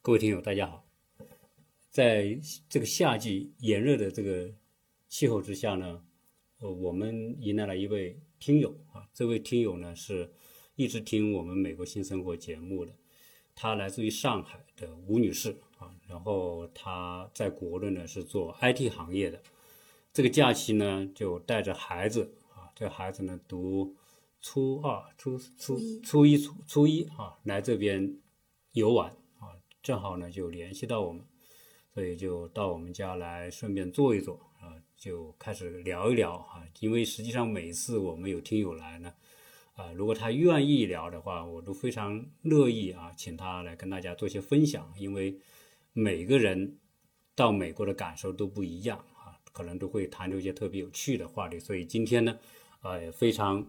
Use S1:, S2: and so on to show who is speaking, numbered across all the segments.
S1: 各位听友，大家好。在这个夏季炎热的这个气候之下呢，呃，我们迎来了一位听友啊，这位听友呢是一直听我们《美国新生活》节目的，她来自于上海的吴女士啊，然后她在国内呢是做 IT 行业的，这个假期呢就带着孩子啊，这孩子呢读初二、初初初一、初初一啊来这边游玩。正好呢就联系到我们，所以就到我们家来顺便坐一坐啊，就开始聊一聊啊。因为实际上每次我们有听友来呢，啊，如果他愿意聊的话，我都非常乐意啊，请他来跟大家做些分享，因为每个人到美国的感受都不一样啊，可能都会谈论一些特别有趣的话题。所以今天呢，啊，也非常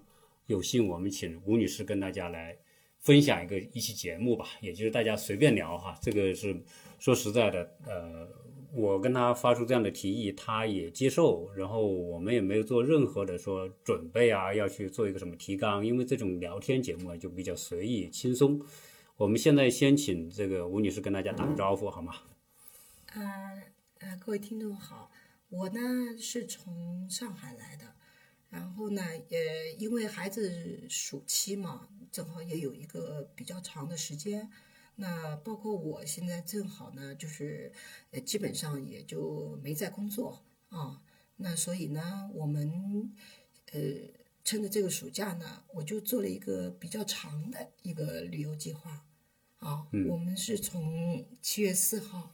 S1: 有幸我们请吴女士跟大家来。分享一个一期节目吧，也就是大家随便聊哈。这个是说实在的，呃，我跟他发出这样的提议，他也接受，然后我们也没有做任何的说准备啊，要去做一个什么提纲，因为这种聊天节目啊就比较随意轻松。我们现在先请这个吴女士跟大家打个招呼好吗？
S2: 啊啊，各位听众好，我呢是从上海来的。然后呢，也因为孩子暑期嘛，正好也有一个比较长的时间。那包括我现在正好呢，就是呃，基本上也就没在工作啊。那所以呢，我们呃，趁着这个暑假呢，我就做了一个比较长的一个旅游计划啊。
S1: 嗯
S2: 我们是从七月四号，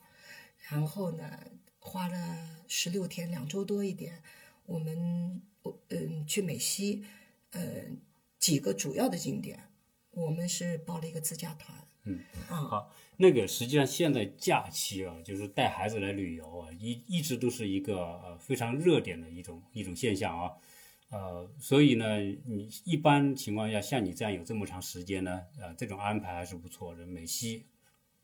S2: 然后呢，花了十六天，两周多一点，我们。我嗯去美西，呃几个主要的景点，我们是报了一个自驾团，
S1: 嗯
S2: 啊
S1: 好，那个实际上现在假期啊，就是带孩子来旅游啊，一一直都是一个呃非常热点的一种一种现象啊。呃，所以呢，你一般情况下，像你这样有这么长时间呢，呃，这种安排还是不错的。美西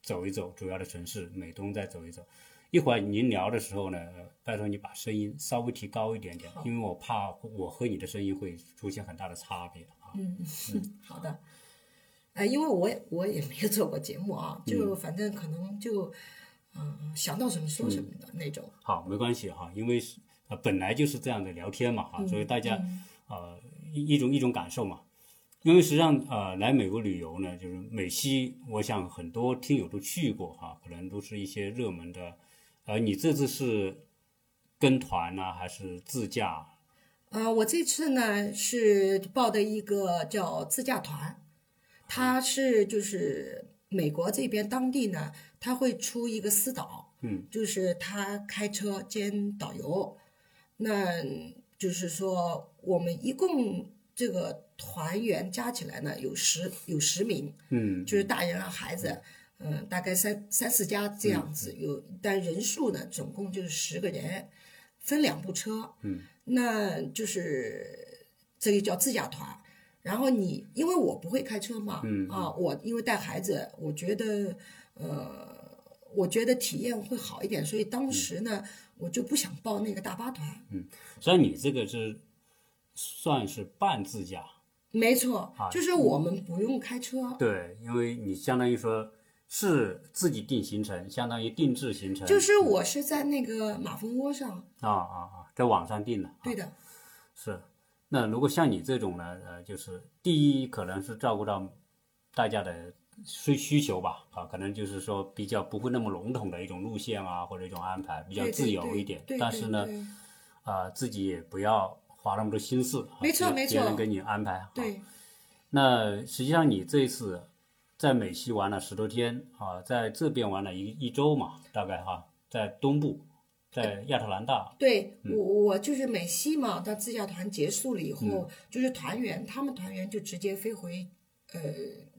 S1: 走一走，主要的城市，美东再走一走。一会儿您聊的时候呢，呃拜托你把声音稍微提高一点点，
S2: 好
S1: 因为我怕我和你的声音会出现很大的差别啊。
S2: 嗯 好的，呃因为我也我也没有做过节目啊，
S1: 嗯
S2: 就反正可能就嗯、呃想到什么说什么
S1: 嗯
S2: 的那种，
S1: 好，没关系哈，因为是呃本来就是这样的聊天嘛
S2: 嗯
S1: 哈，所以大家、呃一一种一种感受嘛。因为实际上呃来美国旅游呢，就是美西，我想很多听友都去过哈，可能都是一些热门的。呃，你这次是跟团呢、还是自驾？
S2: 呃，我这次呢是报的一个叫自驾团，它是就是美国这边当地呢，它会出一个私导，
S1: 嗯，
S2: 就是他开车兼导游，那就是说我们一共这个团员加起来呢有十有十名，
S1: 嗯
S2: 就是大人啊孩子，嗯，大概三三四家这样子，
S1: 嗯
S2: 有但人数呢总共就是十个人，分两部车，
S1: 嗯，
S2: 那就是这个叫自驾团。然后你因为我不会开车嘛，
S1: 嗯
S2: 啊，我因为带孩子，我觉得呃，我觉得体验会好一点，所以
S1: 嗯
S2: 当时呢，我就不想报那个大巴团。
S1: 实际上你这个是算是半自驾。
S2: 没错
S1: 啊，
S2: 就是我们不用开车，
S1: 对，因为你相当于说是自己定行程，相当于定制行程。
S2: 就是我是在那个马蜂窝上，
S1: 啊啊啊，在网上定的。
S2: 对的，
S1: 是，那如果像你这种呢，呃，就是第一可能是照顾到大家的需需求吧，啊，可能就是说比较不会那么笼统的一种路线啊，或者一种安排，比较
S2: 对对
S1: 自由
S2: 对
S1: 一点。
S2: 对
S1: 但
S2: 对
S1: 是呢，
S2: 对
S1: 啊、自己也不要花那么多心思，啊
S2: 没错
S1: 别
S2: 没
S1: 别人
S2: 错
S1: 给你安排。啊
S2: 对，
S1: 那实际上你这次在美西玩了十多天啊，在这边玩了一一周嘛，大概哈、在东部，在亚特兰大。
S2: 对
S1: 嗯
S2: 我我就是美西嘛，到自驾团结束了以后，就是团员他们团员就直接飞回呃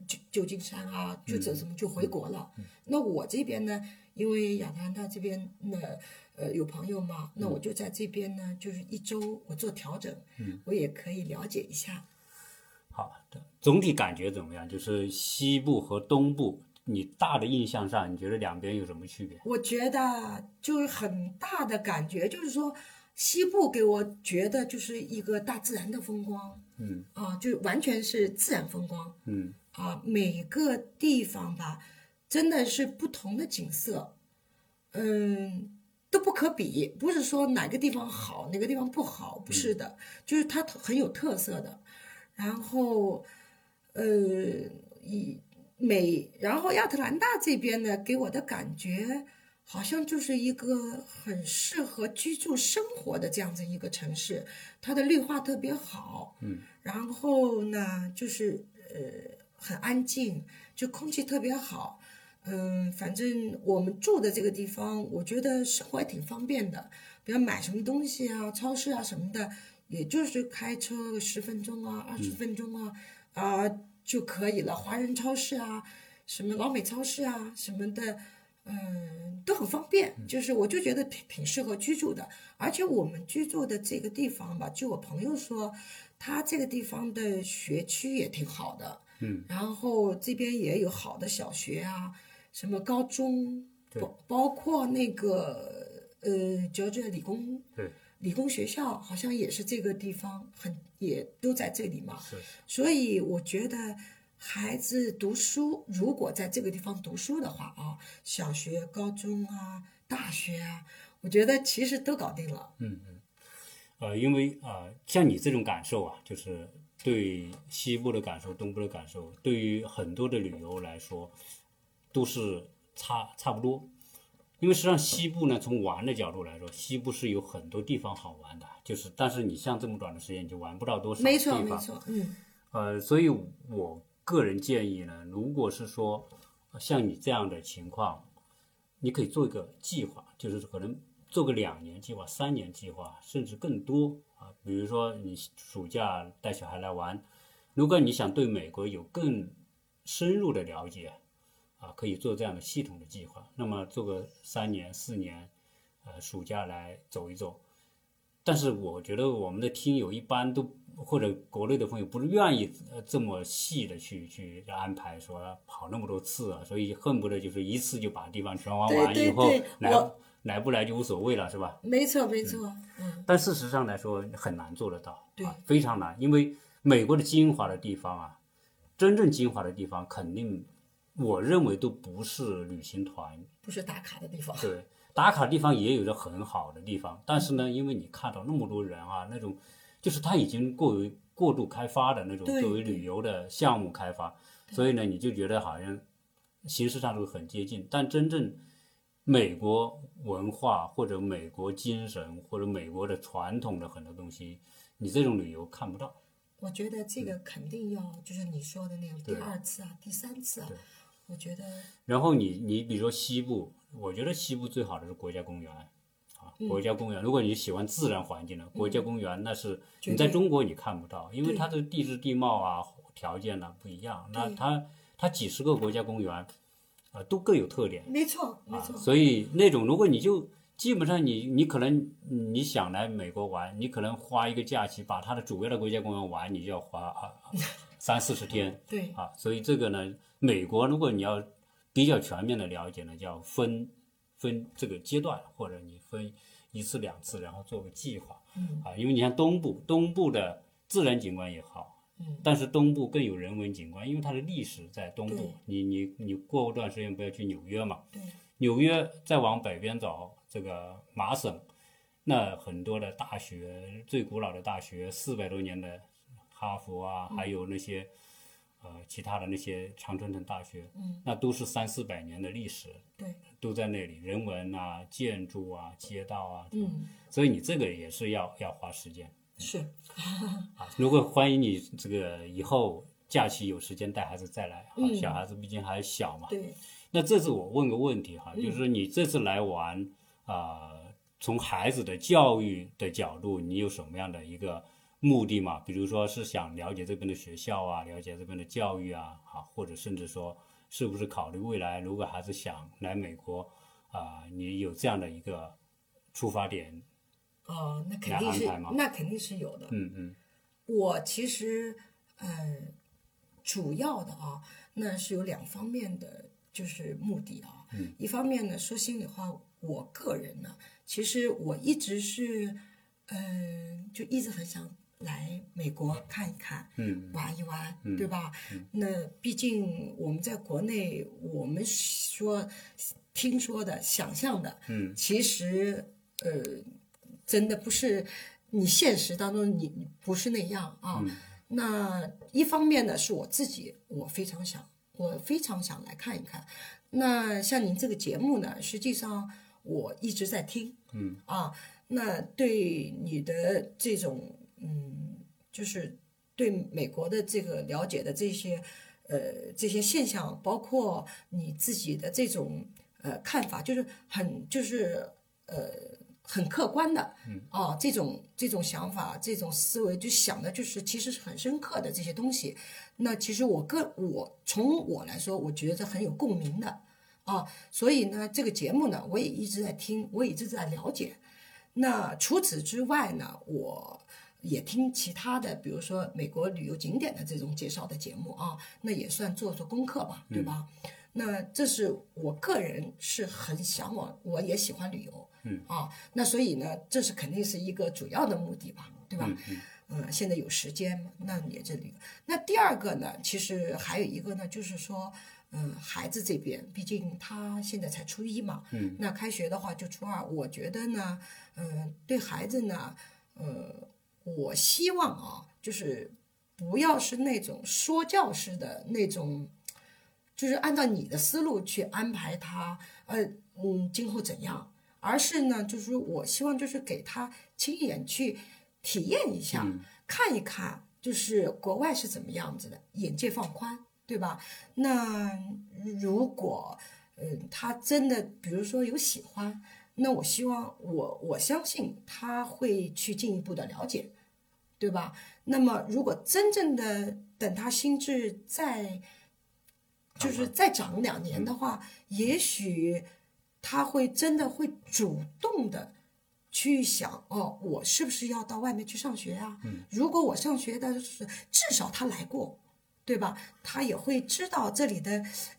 S2: 旧旧金山啊，就
S1: 嗯
S2: 这什么就回国了。那我这边呢，因为亚特兰大这边呢，呃有朋友嘛，那
S1: 嗯
S2: 我就在这边呢，就是一周我做调整，我也可以了解一下。
S1: 好，的，总体感觉怎么样？就是西部和东部，你大的印象上，你觉得两边有什么区别？
S2: 我觉得就是很大的感觉，就是说西部给我觉得就是一个大自然的风光
S1: 嗯
S2: 哦啊，就完全是自然风光。
S1: 嗯
S2: 啊，每个地方吧，真的是不同的景色，嗯，都不可比。不是说哪个地方好，哪个地方不好，不是的，就是它很有特色的。然后，呃，以美，然后亚特兰大这边呢，给我的感觉好像就是一个很适合居住生活的这样子一个城市，它的绿化特别好，嗯，然后呢，就是呃很安静，就空气特别好，嗯，反正我们住的这个地方，我觉得生活也挺方便的，比如买什么东西啊，超市啊什么的，也就是开车十分钟啊，二十分钟啊，啊、就可以了。华人超市啊，什么老美超市啊什么的，嗯，都很方便。就是我就觉得挺挺适合居住的，而且我们居住的这个地方吧，据我朋友说，他这个地方的学区也挺好的，嗯，然后这边也有好的小学啊，什么高中，包包括那个呃，乔治亚理工
S1: 对，
S2: 理工学校好像也是这个地方很也都在这里嘛，
S1: 是
S2: 所以我觉得孩子读书如果在这个地方读书的话啊，小学、高中啊、大学啊，我觉得其实都搞定了。
S1: 嗯呃，因为啊、呃像你这种感受啊，就是对西部的感受、东部的感受，对于很多的旅游来说，都是差差不多。因为实际上西部呢，从玩的角度来说，西部是有很多地方好玩的，就是但是你像这么短的时间，你就玩不到多少
S2: 没
S1: 地方。
S2: 错，没错，嗯，
S1: 呃，所以我个人建议呢，如果是说呃像你这样的情况，你可以做一个计划，就是可能做个两年计划、三年计划，甚至更多啊。比如说你暑假带小孩来玩，如果你想对美国有更深入的了解，啊，可以做这样的系统的计划。那么做个三年、四年，呃，暑假来走一走，但是我觉得我们的听友一般都或者国内的朋友不是愿意呃这么细的去去安排说跑那么多次啊，所以恨不得就是一次就把地方全玩
S2: 对
S1: 完
S2: 对
S1: 以后
S2: 对
S1: 来
S2: 我
S1: 来不来就无所谓了，是吧？
S2: 没错，没错，嗯，
S1: 但事实上来说很难做得到，
S2: 对
S1: 啊，非常难，因为美国的精华的地方啊，真正精华的地方肯定我认为都不是旅行团
S2: 不是打卡的地方。
S1: 对，打卡地方也有着很好的地方，但是呢，因为你看到那么多人啊，那种就是它已经过于过度开发的那种
S2: 对
S1: 作为旅游的项目开发，所以呢，你就觉得好像形式上都很接近，但真正美国文化或者美国精神或者美国的传统的很多东西，你这种旅游看不到。
S2: 我觉得这个肯定要就是你说的那种第
S1: 嗯对
S2: 二次啊、第三次啊，我觉得
S1: 然后你你比如说西部，我觉得西部最好的是国家公园，啊，国
S2: 嗯
S1: 家公园。如果你喜欢自然环境的，国家公园那是
S2: 绝
S1: 你在
S2: 对
S1: 中国你看不到，因为
S2: 对
S1: 它的地质地貌啊条件呢、不一样。那
S2: 对
S1: 它它几十个国家公园，啊，都各有特点。
S2: 没错，没
S1: 啊，
S2: 错，
S1: 所以那种如果你就基本上你你可能你想来美国玩，你可能花一个假期把它的主要的国家公园玩，你就要花啊啊三四十天。
S2: 对，
S1: 啊，所以这个呢，美国如果你要比较全面的了解呢，叫分分这个阶段，或者你分一次两次，然后做个计划。
S2: 嗯
S1: 啊，因为你像东部，东部的自然景观也好，
S2: 嗯，
S1: 但是东部更有人文景观，因为它的历史在东部
S2: 对。
S1: 你你你过段时间不要去纽约嘛，
S2: 对，
S1: 纽约再往北边走，这个麻省，那很多的大学，最古老的大学，四百多年的哈佛啊，还有那些呃其他的那些常春藤大学，
S2: 嗯，
S1: 那都是三四百年的历史，
S2: 对，
S1: 都在那里，人文啊、建筑啊、街道啊，
S2: 嗯，
S1: 所以你这个也是要要花时间
S2: 是。
S1: 啊。如果欢迎你这个以后假期有时间带孩子再来，啊
S2: 嗯
S1: 小孩子毕竟还小嘛，
S2: 对，
S1: 那这次我问个问题哈，就是说你这次来玩啊、从孩子的教育的角度，你有什么样的一个目的嘛？比如说是想了解这边的学校啊，了解这边的教育啊，啊，或者甚至说是不是考虑未来如果孩子想来美国啊、你有这样的一个出发点？
S2: 哦，那肯
S1: 来
S2: 定
S1: 安
S2: 是
S1: 排吗，
S2: 那肯定是有的。
S1: 嗯嗯
S2: 我其实，呃，主要的啊，那是有两方面的，就是目的啊。嗯、一方面呢，说心里话，我呃个人呢，其实我一直是，嗯、就一直很想来美国看一看，
S1: 嗯，
S2: 玩一玩，对吧？那毕竟我们在国内，我们说听说的、想象的，
S1: 嗯，
S2: 其实呃，真的不是你现实当中你你不是那样啊。
S1: 嗯
S2: 那一方面呢，是我自己，我非常想，我非常想来看一看。那像您这个节目呢，实际上我一直在听，
S1: 嗯
S2: 啊，那对你的这种嗯，就是对美国的这个了解的这些呃这些现象，包括你自己的这种呃看法，就是很就是呃很客观的，嗯啊，这种这种想法、这种思维，就想的就是其实是很深刻的这些东西。那其实我个我从我来说，我觉得很有共鸣的。啊，所以呢，这个节目呢，我也一直在听，我也一直在了解。那除此之外呢，我也听其他的，比如说美国旅游景点的这种介绍的节目啊，那也算做做功课吧，对吧？那这是我个人是很向往，我也喜欢旅游，嗯啊，那所以呢，这是肯定是一个主要的目的吧，对吧？嗯现在有时间嘛，那也这里。那第二个呢，其实还有一个呢，就是说，嗯、孩子这边，毕竟他现在才初一嘛，嗯，那开学的话就初二，我觉得呢，嗯，对孩子呢，呃，我希望啊，就是不要是那种说教式的那种，就是按照你的思路去安排他，呃，嗯，今后怎样，而是呢，就是说我希望就是给他亲眼去体验一下，看一看，就是国外是怎么样子的，眼界放宽，对吧？那如果嗯，他真的，比如说有喜欢，那我希望我我相信他会去进一步的了解，对吧？那么如果真正的等他心智再就是再长两年
S1: 嗯
S2: 的话，也许他会真的会主动的去想，哦，我是不是要到外面去上学啊？
S1: 嗯
S2: 如果我上学的是，至少他来过，对吧？他也会知道这里的，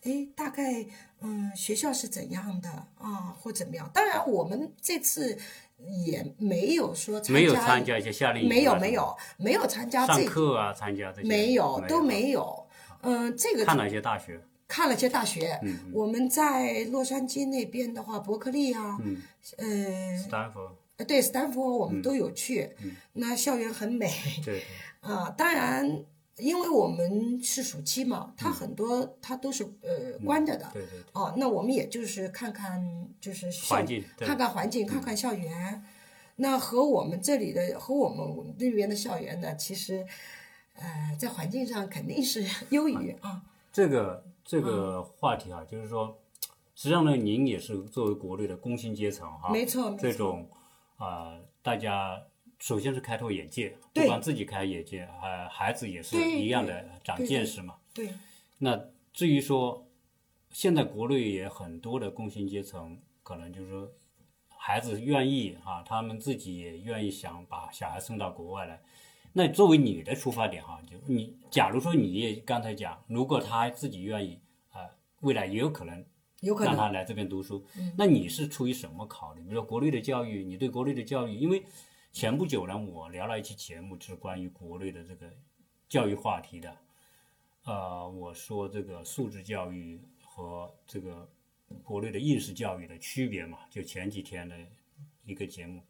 S2: 哎，大概嗯学校是怎样的啊，或怎么样。当然，我们这次也没有说参加，
S1: 没有参加一些夏令营啊
S2: 没有
S1: 什么
S2: 没有没有参加
S1: 上
S2: 这
S1: 课啊，参加这些
S2: 没有都没有。嗯，这个
S1: 看了一些大学，
S2: 看了些大学，我们在洛杉矶那边的话，伯克利啊，嗯，
S1: 斯坦福，
S2: 呃，对，斯坦福我们都有去，那校园很美
S1: 对，
S2: 啊。当然，因为我们是暑期嘛，它很多它都是呃关着的，
S1: 嗯对对对
S2: 哦，那我们也就是看看就是校
S1: 环境对嗯
S2: 看看环境，看看校园。那和我们这里的和我们我们那边的校园呢，其实，呃，在环境上肯定是 优于啊，
S1: 这个这个
S2: 嗯
S1: 话题啊，就是说，实际上呢，您也是作为国内的工薪阶层哈，
S2: 啊没错没错
S1: 这种啊、大家首先是开拓眼界，
S2: 对
S1: 不光自己开眼界，呃，孩子也是
S2: 对
S1: 一样
S2: 对
S1: 的长
S2: 对
S1: 见
S2: 对
S1: 识嘛。
S2: 对。
S1: 那至于说，现在国内也很多的工薪阶层，可能就是说孩子愿意哈、他们自己也愿意想把小孩送到国外来。那作为你的出发点哈、就你假如说你也刚才讲，如果他自己愿意啊、呃未来也有可能
S2: 有可
S1: 让
S2: 能
S1: 他来这边读书。那你是出于什么考虑？比如说国内的教育，你对国内的教育，因为前不久呢，我聊了一期节目，就是关于国内的这个教育话题的。呃，我说这个素质教育和这个国内的应试教育的区别嘛，就前几天的一个节目，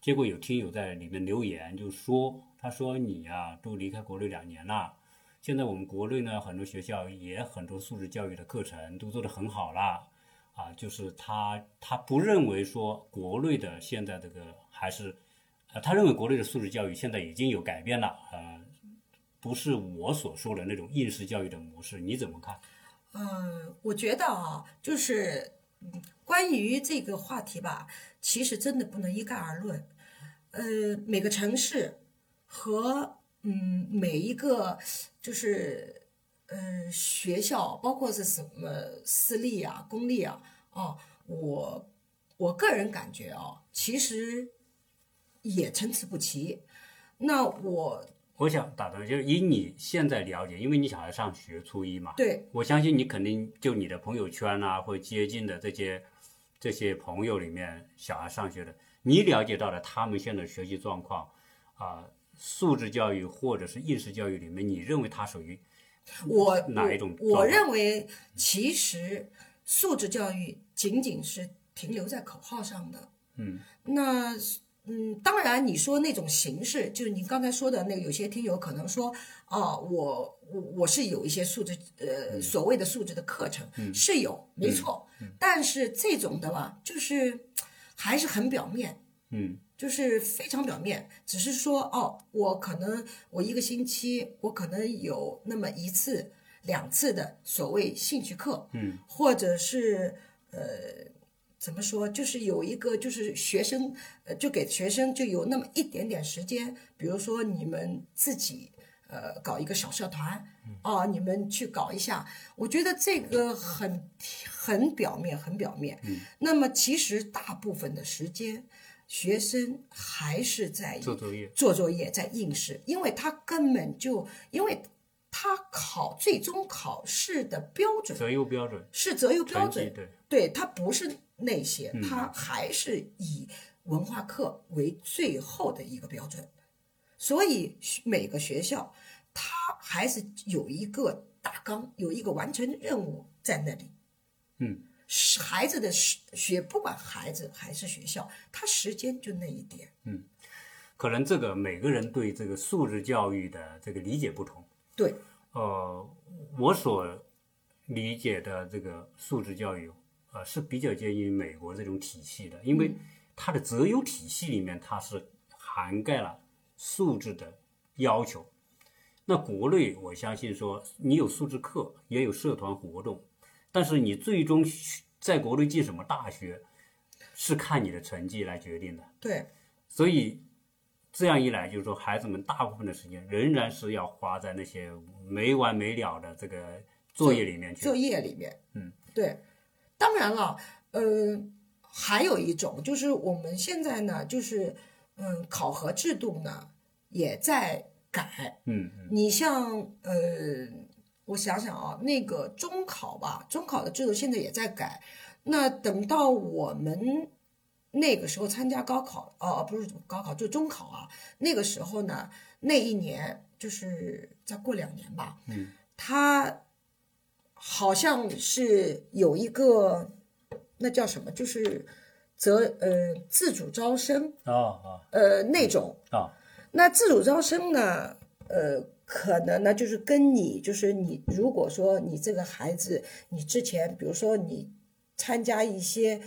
S1: 结果有听友在里面留言就说，他说你呀、都离开国内两年了。现在我们国内呢，很多学校也很多素质教育的课程都做得很好啦，啊，就是他他不认为说国内的现在这个还是，呃，他认为国内的素质教育现在已经有改变了，呃，不是我所说的那种应试教育的模式，你怎么看？
S2: 嗯，我觉得啊，就是嗯关于这个话题吧，其实真的不能一概而论。呃，每个城市和嗯每一个就是呃学校，包括是什么私立啊、公立啊，哦，我我个人感觉啊，其实也参差不齐。那我
S1: 我想打断，就是以你现在了解，因为你小孩上学初一嘛，
S2: 对
S1: 我相信你肯定就你的朋友圈啊，或者接近的这些这些朋友里面，小孩上学的，你了解到的他们现在学习状况啊、素质教育或者是应试教育里面，你认为它属于
S2: 我
S1: 哪一种
S2: 我？
S1: 状
S2: 我
S1: 态
S2: 认为其实素质教育仅仅是停留在口号上的。
S1: 嗯，
S2: 那嗯，当然你说那种形式，就是你刚才说的那个，有些听友可能说，哦，我我我是有一些素质，
S1: 嗯
S2: 呃，所谓的素质的课程、是有，没错，但是这种的吧，就是还是很表面。
S1: 嗯
S2: 就是非常表面，只是说哦，我可能我一个星期我可能有那么一次、两次的所谓兴趣课，
S1: 嗯，
S2: 或者是呃，怎么说，就是有一个就是学生，呃，就给学生就有那么一点点时间，比如说你们自己呃搞一个小社团，
S1: 嗯
S2: 哦，你们去搞一下，我觉得这个很很表面，很表面。
S1: 嗯
S2: 那么其实大部分的时间，学生还是在
S1: 做作业，
S2: 做作业，在应试，因为他根本就因为他考最终考试的标准
S1: 择优标准，
S2: 是择优标
S1: 成绩
S2: 准，
S1: 对，嗯
S2: 对，它不是那些，它还是以文化课为最后的一个标准，所以每个学校它还是有一个大纲，有一个完成任务在那里。
S1: 嗯，
S2: 是孩子的时学，不管孩子还是学校，他时间就那一点。
S1: 可能这个每个人对这个素质教育的这个理解不同。
S2: 对，
S1: 呃，我所理解的这个素质教育，呃，是比较接近于美国这种体系的，因为它的择优体系里面，它是涵盖了素质的要求。那国内，我相信说你有素质课，也有社团活动，但是你最终去在国内进什么大学，是看你的成绩来决定的。
S2: 对，
S1: 所以这样一来，就是说孩子们大部分的时间仍然是要花在那些没完没了的这个作业里面去
S2: 作。业里面，
S1: 嗯，
S2: 对。当然了，呃，还有一种就是我们现在呢，就是嗯，考核制度呢也在改。
S1: 嗯嗯
S2: 你像呃，我想想啊，那个中考吧，中考的制度现在也在改。那等到我们那个时候参加高考，哦，不是高考，就中考啊。那个时候呢，那一年就是再过两年吧，
S1: 嗯，
S2: 他好像是有一个那叫什么，就是择呃自主招生
S1: 哦
S2: 呃那种。
S1: 哦哦，
S2: 那自主招生呢，呃，可能呢就是跟你就是你如果说你这个孩子，你之前比如说你参加一些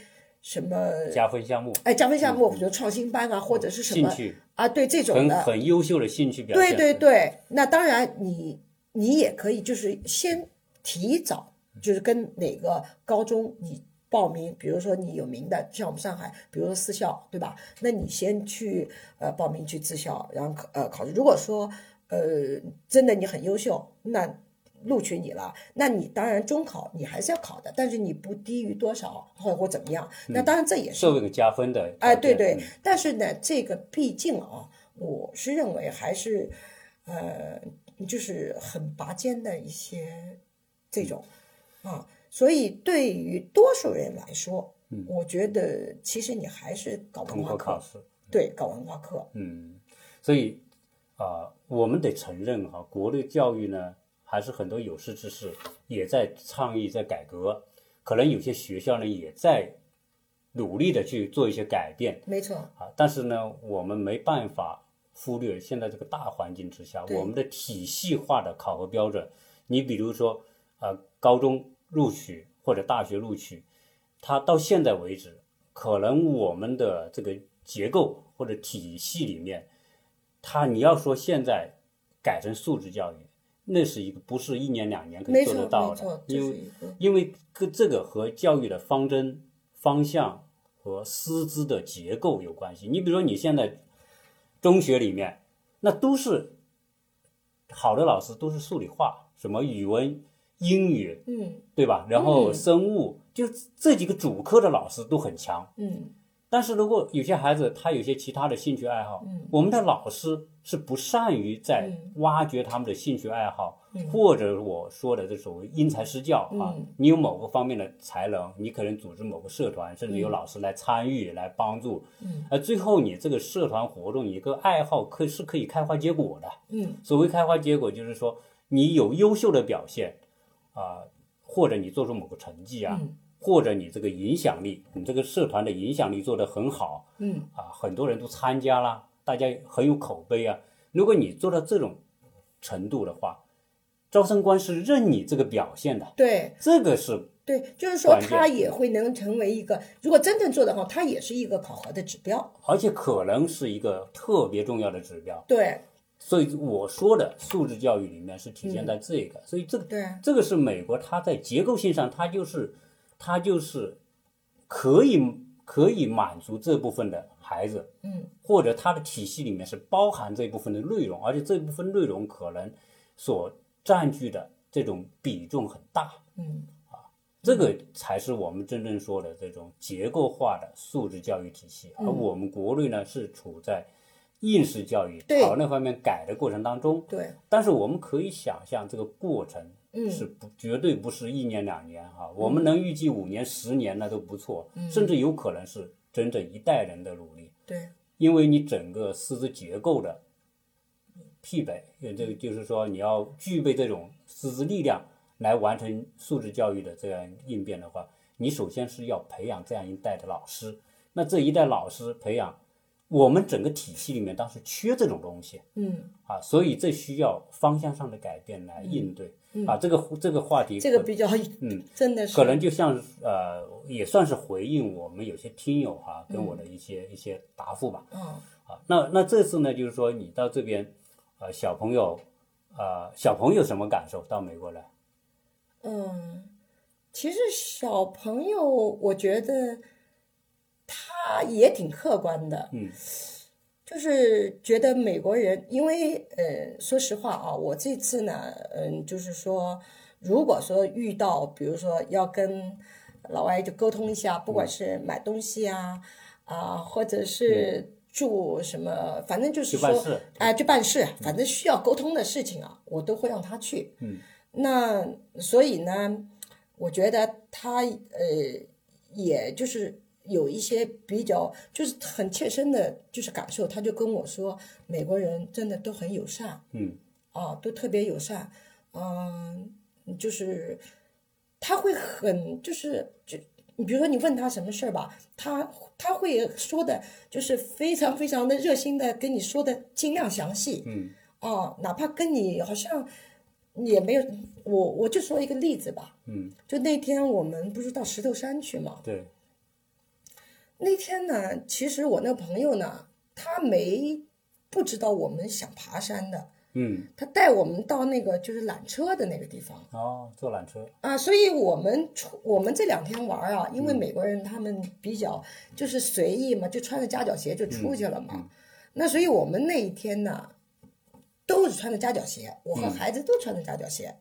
S2: 什么。
S1: 加分项目，
S2: 哎，加分项目，比如创新班啊，或者是什么
S1: 兴趣
S2: 啊，对这种
S1: 很
S2: 的，
S1: 很优秀的兴趣表
S2: 对
S1: 现。
S2: 对对，那当然你你也可以就是先提早，就是跟哪个高中你报名，比如说你有名的，像我们上海，比如说私校，对吧？那你先去呃报名去自校，然后考呃考试。如果说呃真的你很优秀，那录取你了，那你当然中考你还是要考的，但是你不低于多少或或怎么样，那
S1: 嗯
S2: 当然这也是
S1: 社会给加分的条件。
S2: 哎，对对
S1: 嗯，
S2: 但是呢，这个毕竟啊，我是认为还是，呃，就是很拔尖的一些
S1: 嗯
S2: 这种啊，所以对于多数人来说，我觉得其实你还是搞
S1: 嗯通
S2: 文化
S1: 过考
S2: 课，
S1: 试。
S2: 对，搞文化课，
S1: 嗯，所以啊、我们得承认哈、国内教育呢，还是很多有识之士也在倡议在改革，可能有些学校呢也在努力的去做一些改变
S2: 没错，
S1: 啊，但是呢，我们没办法忽略现在这个大环境之下，
S2: 对
S1: 我们的体系化的考核标准，你比如说呃，高中录取或者大学录取，它到现在为止，可能我们的这个结构或者体系里面，它你要说现在改成素质教育，那是一个不是一年两年可以
S2: 没
S1: 做
S2: 错，
S1: 得到
S2: 没
S1: 的
S2: 错，，这
S1: 因为
S2: 是一个
S1: 因为跟这个和教育的方针、方向和师资的结构有关系。你比如说，你现在中学里面，那都是好的老师都是数理化，什么语文、英语，
S2: 嗯
S1: 对吧？然后
S2: 嗯
S1: 生物，就这几个主科的老师都很强。
S2: 嗯，
S1: 但是如果有些孩子他有些其他的兴趣爱好，
S2: 嗯
S1: 我们的老师是不善于在
S2: 嗯
S1: 挖掘他们的兴趣爱好，或者我说的这所谓因材施教啊，
S2: 嗯
S1: 你有某个方面的才能，你可能组织某个社团，甚至有老师来参与来帮助，
S2: 嗯，
S1: 呃，最后你这个社团活动，你一个爱好可是可以开花结果的。
S2: 嗯
S1: 所谓开花结果，就是说你有优秀的表现啊、或者你做出某个成绩啊，
S2: 嗯
S1: 或者你这个影响力，你这个社团的影响力做得很好，
S2: 嗯
S1: 啊，很多人都参加啦，大家很有口碑啊。如果你做到这种程度的话，招生官是认你这个表现的，
S2: 对，
S1: 这个是
S2: 对，就是说
S1: 关键
S2: 它也会能成为一个，如果真正做得好，它也是一个考核的指标。
S1: 而且可能是一个特别重要的指标。
S2: 对
S1: 所以我说的素质教育里面是体现在这个，所以这个
S2: 嗯对，
S1: 这个是美国它在结构性上，它就是它就是可以可以满足这部分的孩子，
S2: 嗯
S1: 或者它的体系里面是包含这部分的内容，而且这部分内容可能所占据的这种比重很大，
S2: 嗯
S1: 这个才是我们真正说的这种结构化的素质教育体系。
S2: 嗯
S1: 而我们国内呢是处在应试教育
S2: 对
S1: 朝那方面改的过程当中，
S2: 对，
S1: 但是我们可以想象这个过程
S2: 嗯
S1: 是不绝对不是一年两年哈、我们能预计五年、十年那都不错，
S2: 嗯
S1: 甚至有可能是整整一代人的努力。
S2: 对
S1: 因为你整个师资结构的匹配，也这个就是说你要具备这种师资力量来完成素质教育的这样应变的话，你首先是要培养这样一代的老师。那这一代老师培养，我们整个体系里面当时缺这种东西
S2: 嗯，
S1: 啊，所以这需要方向上的改变来应对、啊。这个这个话题
S2: 这个
S1: 可
S2: 比较，
S1: 嗯，
S2: 真的是
S1: 可能就像呃，也算是回应我们有些听友哈、跟我的一些、一些答复吧。
S2: 嗯
S1: 啊，那那这次呢，就是说你到这边，呃，小朋友，呃，小朋友什么感受？到美国来，
S2: 嗯，其实小朋友，我觉得他也挺客观的，
S1: 嗯
S2: 就是觉得美国人，因为呃，说实话啊，我这次呢，嗯，就是说，如果说遇到，比如说要跟老外就沟通一下，
S1: 嗯
S2: 不管是买东西啊，啊、或者是住什么，反正就是
S1: 去办
S2: 说
S1: 事，
S2: 哎、就办事，反正需要沟通的事情啊，我都会让他去。
S1: 嗯，
S2: 那所以呢，我觉得他呃，也就是有一些比较就是很切身的，就是感受，他就跟我说，美国人真的都很友善
S1: 嗯
S2: 啊，都特别友善，嗯、就是他会很就是就。你比如说，你问他什么事儿吧，他他会说的，就是非常非常的热心的跟你说的尽量详细，
S1: 嗯
S2: 哦，哪怕跟你好像也没有，我我就说一个例子吧，
S1: 嗯，
S2: 就那天我们不是到石头山去嘛，
S1: 对，
S2: 那天呢，其实我那个朋友呢，他没不知道我们想爬山的，
S1: 嗯，
S2: 他带我们到那个就是缆车的那个地方
S1: 哦，坐缆车，
S2: 啊，所以我们出我们这两天玩儿啊，
S1: 嗯
S2: 因为美国人他们比较就是随意嘛，就穿着夹脚鞋就
S1: 嗯
S2: 出去了嘛，那所以我们那一天呢，都是穿着夹脚鞋，我
S1: 嗯
S2: 和孩子都穿着夹脚鞋。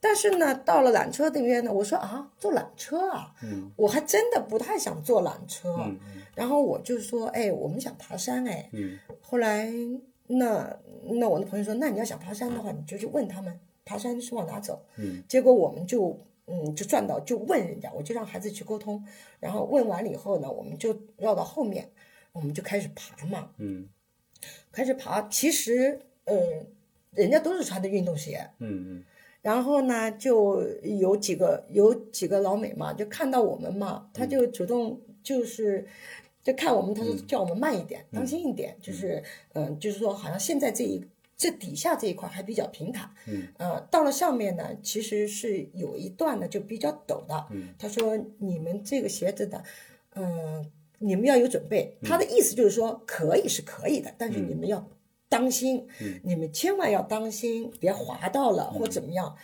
S2: 但是呢，到了缆车那边呢，我说啊，坐缆车啊，
S1: 嗯
S2: 我还真的不太想坐缆车。
S1: 嗯嗯
S2: 然后我就说，哎，我们想爬山，哎。
S1: 嗯
S2: 后来那那我的朋友说，那你要想爬山的话，你就去问他们爬山是往哪走。
S1: 嗯
S2: 结果我们就嗯就转到就问人家，我就让孩子去沟通，然后问完了以后呢，我们就绕到后面，我们就开始爬嘛，
S1: 嗯
S2: 开始爬。其实嗯，人家都是穿的运动鞋。
S1: 嗯
S2: 然后呢，就有几个有几个老美嘛，就看到我们嘛，
S1: 嗯
S2: 他就主动就是就看我们，他说叫我们慢一点，当心一点，就是嗯、呃就是说好像现在这一这底下这一块还比较平坦，
S1: 嗯，
S2: 呃，到了上面呢，其实是有一段呢就比较陡的，
S1: 嗯，
S2: 他说你们这个鞋子的，嗯、你们要有准备，
S1: 嗯
S2: 他的意思就是说可以是可以的，但是你们要当心，你们千万要当心，别滑到了或怎么样。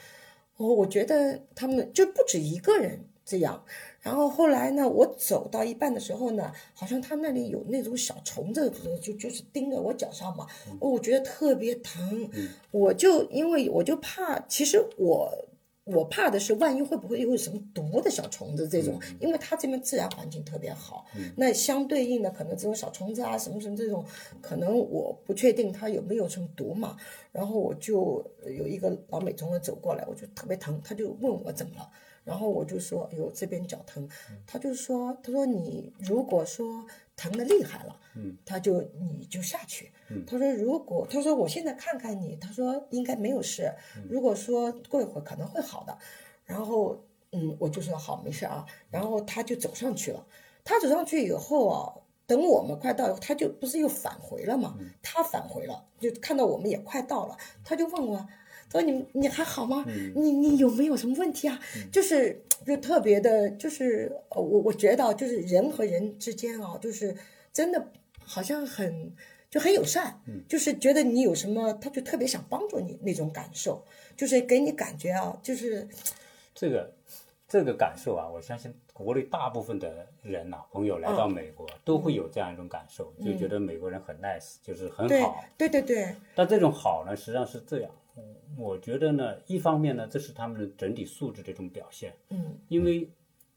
S2: 我我觉得他们就不止一个人这样。然后后来呢，我走到一半的时候呢，好像他那里有那种小虫子，就就是叮在我脚上嘛，哦我觉得特别疼。我就因为我就怕，其实我。我怕的是，万一会不会有什么毒的小虫子这种？因为它这边自然环境特别好，那相对应的可能这种小虫子啊，什么什么这种，可能我不确定它有没有什么毒嘛。然后我就呃有一个老美从我走过来，我就特别疼，他就问我怎么了，然后我就说，哎呦这边脚疼，他就说，他说你如果说疼的厉害了，
S1: 嗯，
S2: 他就你就下去，他说如果他说我现在看看你，他说应该没有事，如果说过一会儿可能会好的，然后嗯我就说好没事啊，然后他就走上去了，他走上去以后啊。等我们快到，他就不是又返回了嘛？他返回了，就看到我们也快到了，他就问我，他说你你还好吗？
S1: 嗯
S2: 你你有没有什么问题啊？就是就特别的，就是呃我我觉得啊就是人和人之间啊，就是真的好像很就很友善，
S1: 嗯
S2: 就是觉得你有什么，他就特别想帮助你那种感受，就是给你感觉啊，就是
S1: 这个这个感受啊，我相信国内大部分的人呐、朋友来到
S2: 嗯
S1: 美国、都会有这样一种感受，就觉得美国人很 nice，就是很
S2: 对
S1: 好。
S2: 对对对，
S1: 但这种好呢，实际上是这样，我我觉得呢，一方面呢，这是他们的整体素质的一种表现，
S2: 嗯
S1: 因为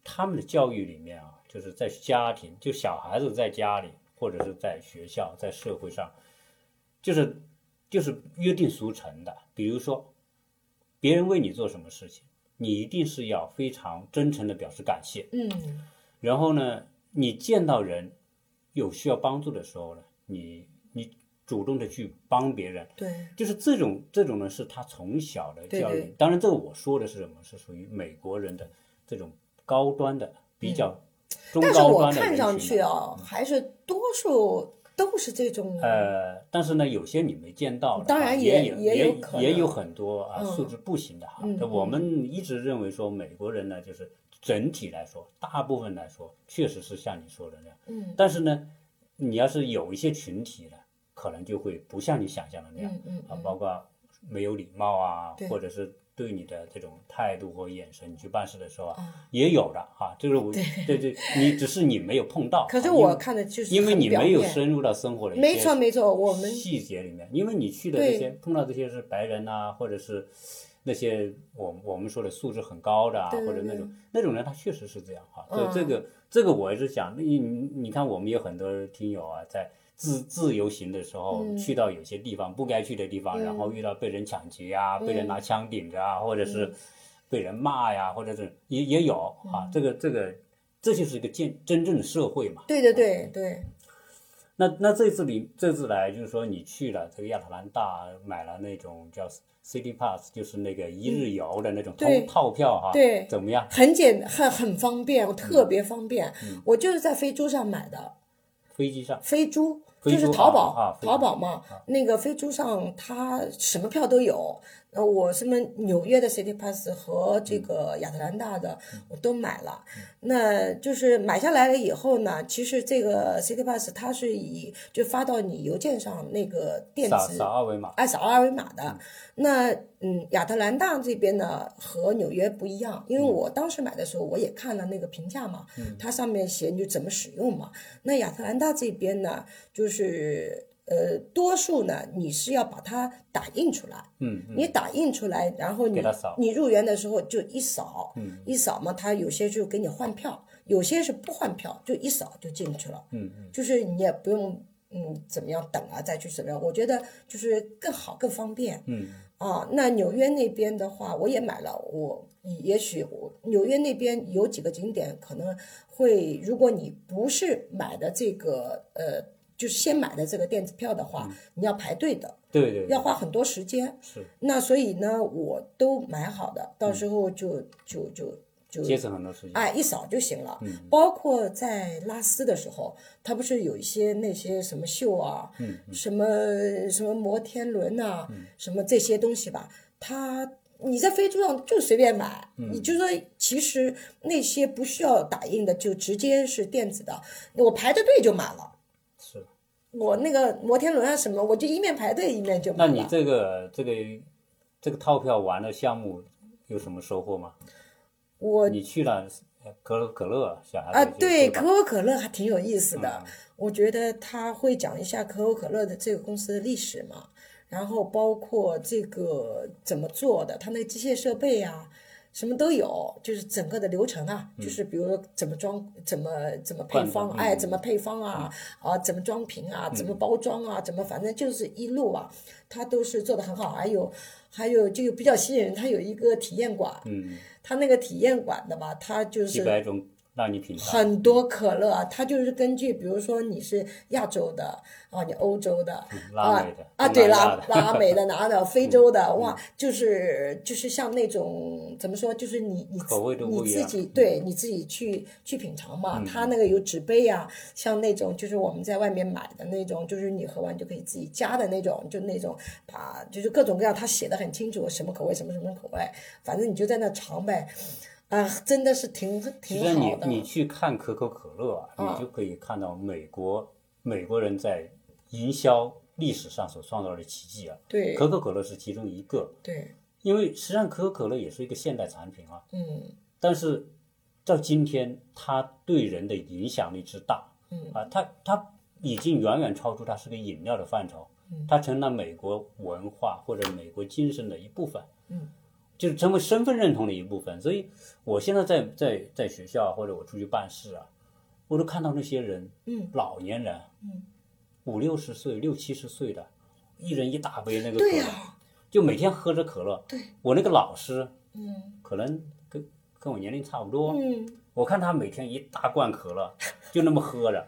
S1: 他们的教育里面啊，就是在家庭，就小孩子在家里或者是在学校、在社会上，就是就是约定俗成的。比如说，别人为你做什么事情，你一定是要非常真诚的表示感谢。
S2: 嗯
S1: 然后呢，你见到人有需要帮助的时候呢，你你主动的去帮别人，
S2: 对
S1: 就是这种这种呢，是他从小的教育。
S2: 对对
S1: 当然，这个我说的是什么？是属于美国人的这种高端的、比较中
S2: 嗯但是
S1: 高
S2: 我
S1: 端的人
S2: 看
S1: 群
S2: 上
S1: 的
S2: 去啊，还是多数都是这种，
S1: 呃，但是呢，有些你没见到的啊，
S2: 当然
S1: 也
S2: 也
S1: 也
S2: 也有
S1: 也
S2: 可
S1: 也
S2: 能
S1: 有很多啊
S2: 嗯
S1: 素质不行的哈。
S2: 嗯
S1: 但我
S2: 嗯
S1: 们一直认为说美国人呢，就是整体来说，大部分来说确实是像你说的那样。
S2: 嗯
S1: 但是呢，你要是有一些群体呢，可能就会不像你想象的那样。
S2: 嗯嗯
S1: 啊，包括没有礼貌啊
S2: 对，
S1: 或者是对你的这种态度或眼神，你去办事的时候啊，
S2: 啊。
S1: 也有的哈、就是我对对你只是你没有碰到，
S2: 可是
S1: 啊因为
S2: 我看的就是
S1: 因为
S2: 很
S1: 你
S2: 表
S1: 没有
S2: 面
S1: 深入到生活的一些
S2: 没错没错，我们
S1: 细节里面，因为你去的这些碰到这些是白人呐、或者是那些我们我们说的素质很高的啊，
S2: 对对
S1: 或者那
S2: 对
S1: 种那种人，他确实是这样哈、
S2: 嗯
S1: 这这个这个我也是想，你你你看我们有很多听友啊，在自自由行的时候、
S2: 嗯
S1: 去到有些地方不该去的地方，然后遇到被人抢劫啊，
S2: 嗯
S1: 被人拿枪顶着啊，或者是被人骂呀、或者是也也有
S2: 嗯
S1: 啊，这个这个这就是一个真真正的社会嘛。
S2: 对对对对，
S1: 那那这次你这次来，就是说你去了这个亚特兰大，买了那种叫 City Pass，就是那个一日游的那种
S2: 嗯对
S1: 通套票哈，
S2: 对
S1: 怎么样？
S2: 很简很很方便，我特
S1: 嗯
S2: 别方便。我就是在飞猪上买的，
S1: 飞机上
S2: 飞猪
S1: 飞
S2: 就是
S1: 猪
S2: 淘
S1: 啊
S2: 宝，
S1: 啊飞猪
S2: 淘宝嘛，那个飞猪上它什么票都有。呃，我什么纽约的 City Pass 和
S1: 嗯
S2: 这个亚特兰大的我都买了。那就是买下来了以后呢，其实这个 City Pass 它是以就发到你邮件上那个电
S1: 扫
S2: 子
S1: 扫二维码，
S2: 爱扫二维码的。那嗯，亚特兰大这边呢和纽约不一样，
S1: 嗯
S2: 因为我当时买的时候我也看了那个评价嘛，它上面写你就怎么使用嘛。那亚特兰大这边呢，就是呃，多数呢你是要把它打印出来，
S1: 嗯，嗯
S2: 你打印出来，然后你
S1: 给它扫嗯
S2: 你入园的时候就一扫，一扫嘛，它有些就给你换票，有些是不换票，就一扫就进去了，
S1: 嗯
S2: 就是你也不用嗯怎么样等啊，再去怎么样，我觉得就是更好更方便，
S1: 嗯
S2: 啊，那纽约那边的话，我也买了。我也许我纽约那边有几个景点可能会，如果你不是买的这个呃，就是先买的这个电子票的话，你要排队的，
S1: 对对对，
S2: 要花很多时间。
S1: 是
S2: 那所以呢，我都买好的，到时候就就就就
S1: 节省很多时间。
S2: 哎，一扫就行了。
S1: 嗯
S2: 包括在拉丝的时候，它不是有一些那些什么秀啊，
S1: 嗯
S2: 什么什么摩天轮呐、什么这些东西吧，它你在飞猪上就随便买，
S1: 嗯
S2: 你就说其实那些不需要打印的，就直接是电子的，我排着队就买了。
S1: 是。
S2: 我那个摩天轮啊什么，我就一面排队一面就买
S1: 那
S2: 了。
S1: 你这个这个这个套票玩的项目有什么收获吗？
S2: 我
S1: 你去了呃可口可乐，小孩
S2: 啊，
S1: 子去
S2: 对，
S1: 吧嗯
S2: 可口可乐还挺有意思的。我觉得他会讲一下可口可乐的这个公司的历史嘛，然后包括这个怎么做的，它那个机械设备啊，什么都有，就是整个的流程啊，就是比如说怎么装、怎么怎么配
S1: 罐
S2: 方，
S1: 装
S2: 哎，
S1: 嗯
S2: 怎么配方啊，啊，怎么装瓶啊，怎么包装啊，怎么反正就是一路啊，它都是做的很好。还有还有就比较吸引人，它有一个体验馆，
S1: 嗯，
S2: 它那个体验馆的吧，它就是
S1: 几百种让你品尝，
S2: 很多可乐啊，它就是根据，比如说你是亚洲的啊，你欧洲的
S1: 拉
S2: 啊
S1: 美的
S2: 啊，
S1: 东
S2: 对
S1: 南亚
S2: 拉
S1: 的嗯
S2: 拉 美的、哪的、非洲的，哇，就是就是像那种怎么说，就是你你
S1: 口味都
S2: 你
S1: 不一
S2: 自
S1: 样嗯
S2: 己对你自己去去品尝嘛，它那个有纸杯啊，像那种就是我们在外面买的那种，就是你喝完就可以自己加的那种，就那种把就是各种各样，它写的很清楚，什么口味什么什么口味，反正你就在那尝呗。啊，真的是挺
S1: 其
S2: 挺
S1: 实
S2: 好
S1: 你
S2: 的。
S1: 你去看可口可乐啊，
S2: 嗯
S1: 你就可以看到美国美国人在营销历史上所创造的奇迹啊。
S2: 对
S1: 可口可乐是其中一个，
S2: 对，
S1: 因为实际上可口可乐也是一个现代产品啊，
S2: 嗯
S1: 但是到今天它对人的影响力之大，
S2: 嗯
S1: 啊，它它已经远远超出它是个饮料的范畴，
S2: 嗯
S1: 它成了美国文化或者美国精神的一部分，
S2: 嗯，
S1: 就是成为身份认同的一部分。所以我现在在在在学校啊或者我出去办事啊，我都看到那些人，
S2: 嗯，
S1: 老年人，
S2: 嗯，
S1: 五六十岁、六七十岁的，一人一大杯那个可
S2: 对呀、
S1: 乐，就每天喝着可乐。
S2: 对，
S1: 我那个老师
S2: 嗯
S1: 可能跟跟我年龄差不多，
S2: 嗯，
S1: 我看他每天一大罐可乐， 就那么喝着，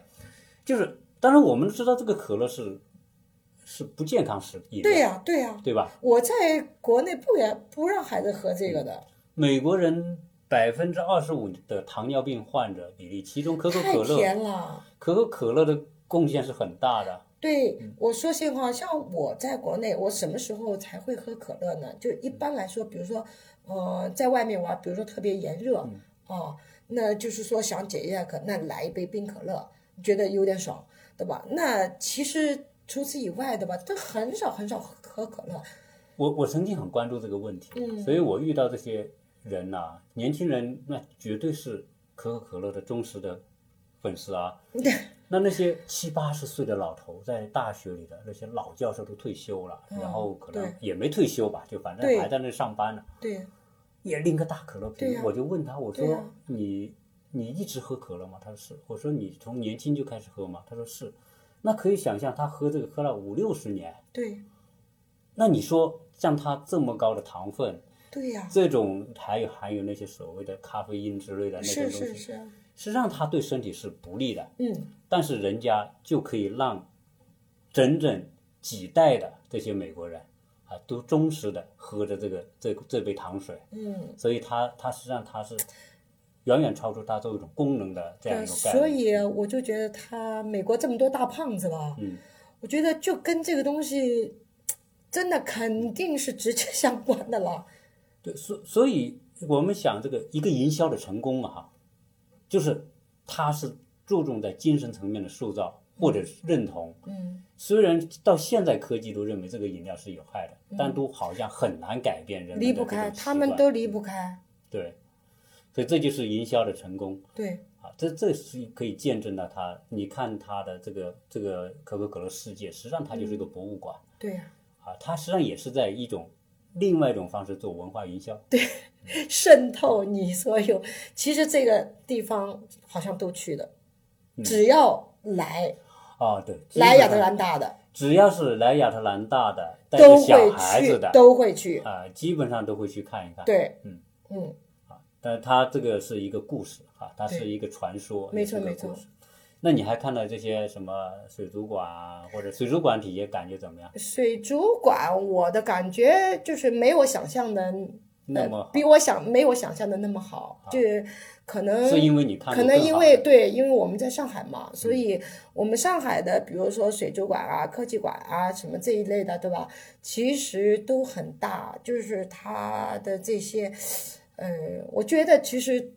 S1: 就是，当然我们知道这个可乐是是不健康食品，
S2: 对呀、对呀、
S1: 对吧？
S2: 我在国内不也不让孩子喝这个的，
S1: 美国人百分之二十五的糖尿病患者比例，其中可口嗯
S2: 太
S1: 可乐，
S2: 甜了。
S1: 可口可乐的贡献是很大的。
S2: 对，
S1: 嗯
S2: 我说实话，像我在国内，我什么时候才会喝可乐呢？就一般来说，比如说，呃，在外面玩，比如说特别炎热，
S1: 嗯
S2: 哦，那就是说想解一下渴，那来一杯冰可乐，觉得有点爽，对吧？那其实除此以外的吧，都很少很少喝可乐。
S1: 我我曾经很关注这个问题，啊
S2: 嗯
S1: 所以我遇到这些人呐、年轻人那绝对是可口可乐的忠实的粉丝啊。那那些七八十岁的老头，在大学里的那些老教授都退休了，
S2: 嗯
S1: 然后可能
S2: 对
S1: 也没退休吧，就反
S2: 对
S1: 正还在那上班呢，
S2: 对，
S1: 也拎个大可乐
S2: 对
S1: 瓶。
S2: 呀
S1: 我就问他，我
S2: 对
S1: 说、
S2: 呀
S1: 你你一直喝可乐吗？他说是。我说你从年轻就开始喝吗？他说是。那可以想象，他喝这个喝了五六十年，
S2: 对，
S1: 那你说像他这么高的糖分，
S2: 对呀、
S1: 这种还有含有那些所谓的咖啡因之类的那些
S2: 是
S1: 东西，
S2: 是是，
S1: 实际上它对身体是不利的。
S2: 嗯。
S1: 但是人家就可以让整整几代的这些美国人啊，都忠实的喝着这个这这杯糖水，
S2: 嗯，
S1: 所以它它实际上它是远远超出它这种功能的这样
S2: 对，
S1: 一种概
S2: 所
S1: 念。
S2: 以我就觉得他美国这么多大胖子吧，
S1: 嗯，
S2: 我觉得就跟这个东西真的肯定是直接相关的了。
S1: 对，所所以我们想这个一个营销的成功啊，就是它是注重在精神层面的塑造或者是认同。
S2: 嗯，
S1: 虽然到现在科技都认为这个饮料是有害的，但都好像很难改变人们的
S2: 嗯离不
S1: 这种
S2: 开，
S1: 习
S2: 他们
S1: 惯
S2: 都离不开。
S1: 对，所以这就是营销的成功
S2: 对，
S1: 啊！这这是可以见证到它。你看它的这个这个可口可乐世界，实际上它就是一个博物馆、
S2: 对呀、
S1: 啊，它实际上也是在一种另外一种方式做文化营销。
S2: 渗透你所有。其实这个地方好像都去的，
S1: 嗯
S2: 只要来
S1: 啊，对，
S2: 来亚特
S1: 兰。
S2: 兰大的
S1: 只要是来亚特兰大的带着
S2: 都会
S1: 小孩子
S2: 去
S1: 的，，
S2: 都会去。
S1: 啊、基本上都会去看一看。，
S2: 对，
S1: 嗯
S2: 嗯，
S1: 但它这个是一个故事啊，它是
S2: 对
S1: 一个传说，
S2: 没错
S1: 也是
S2: 没
S1: 个故
S2: 错。
S1: 事。那你还看到这些什么水族馆啊，或者水族馆体验感觉怎么样？
S2: 水族馆，我的感觉就是没我想象的
S1: 那么
S2: 比我想没我想象的那么好，
S1: 啊
S2: 就是可能
S1: 是因为你看
S2: 可
S1: 过
S2: 能
S1: 更
S2: 因
S1: 好嗯
S2: 为
S1: 的
S2: 对，因为我们在上海嘛，所以我们上海的，比如说水族馆啊、科技馆啊什么这一类的，对吧？其实都很大，就是它的这些，呃，我觉得其实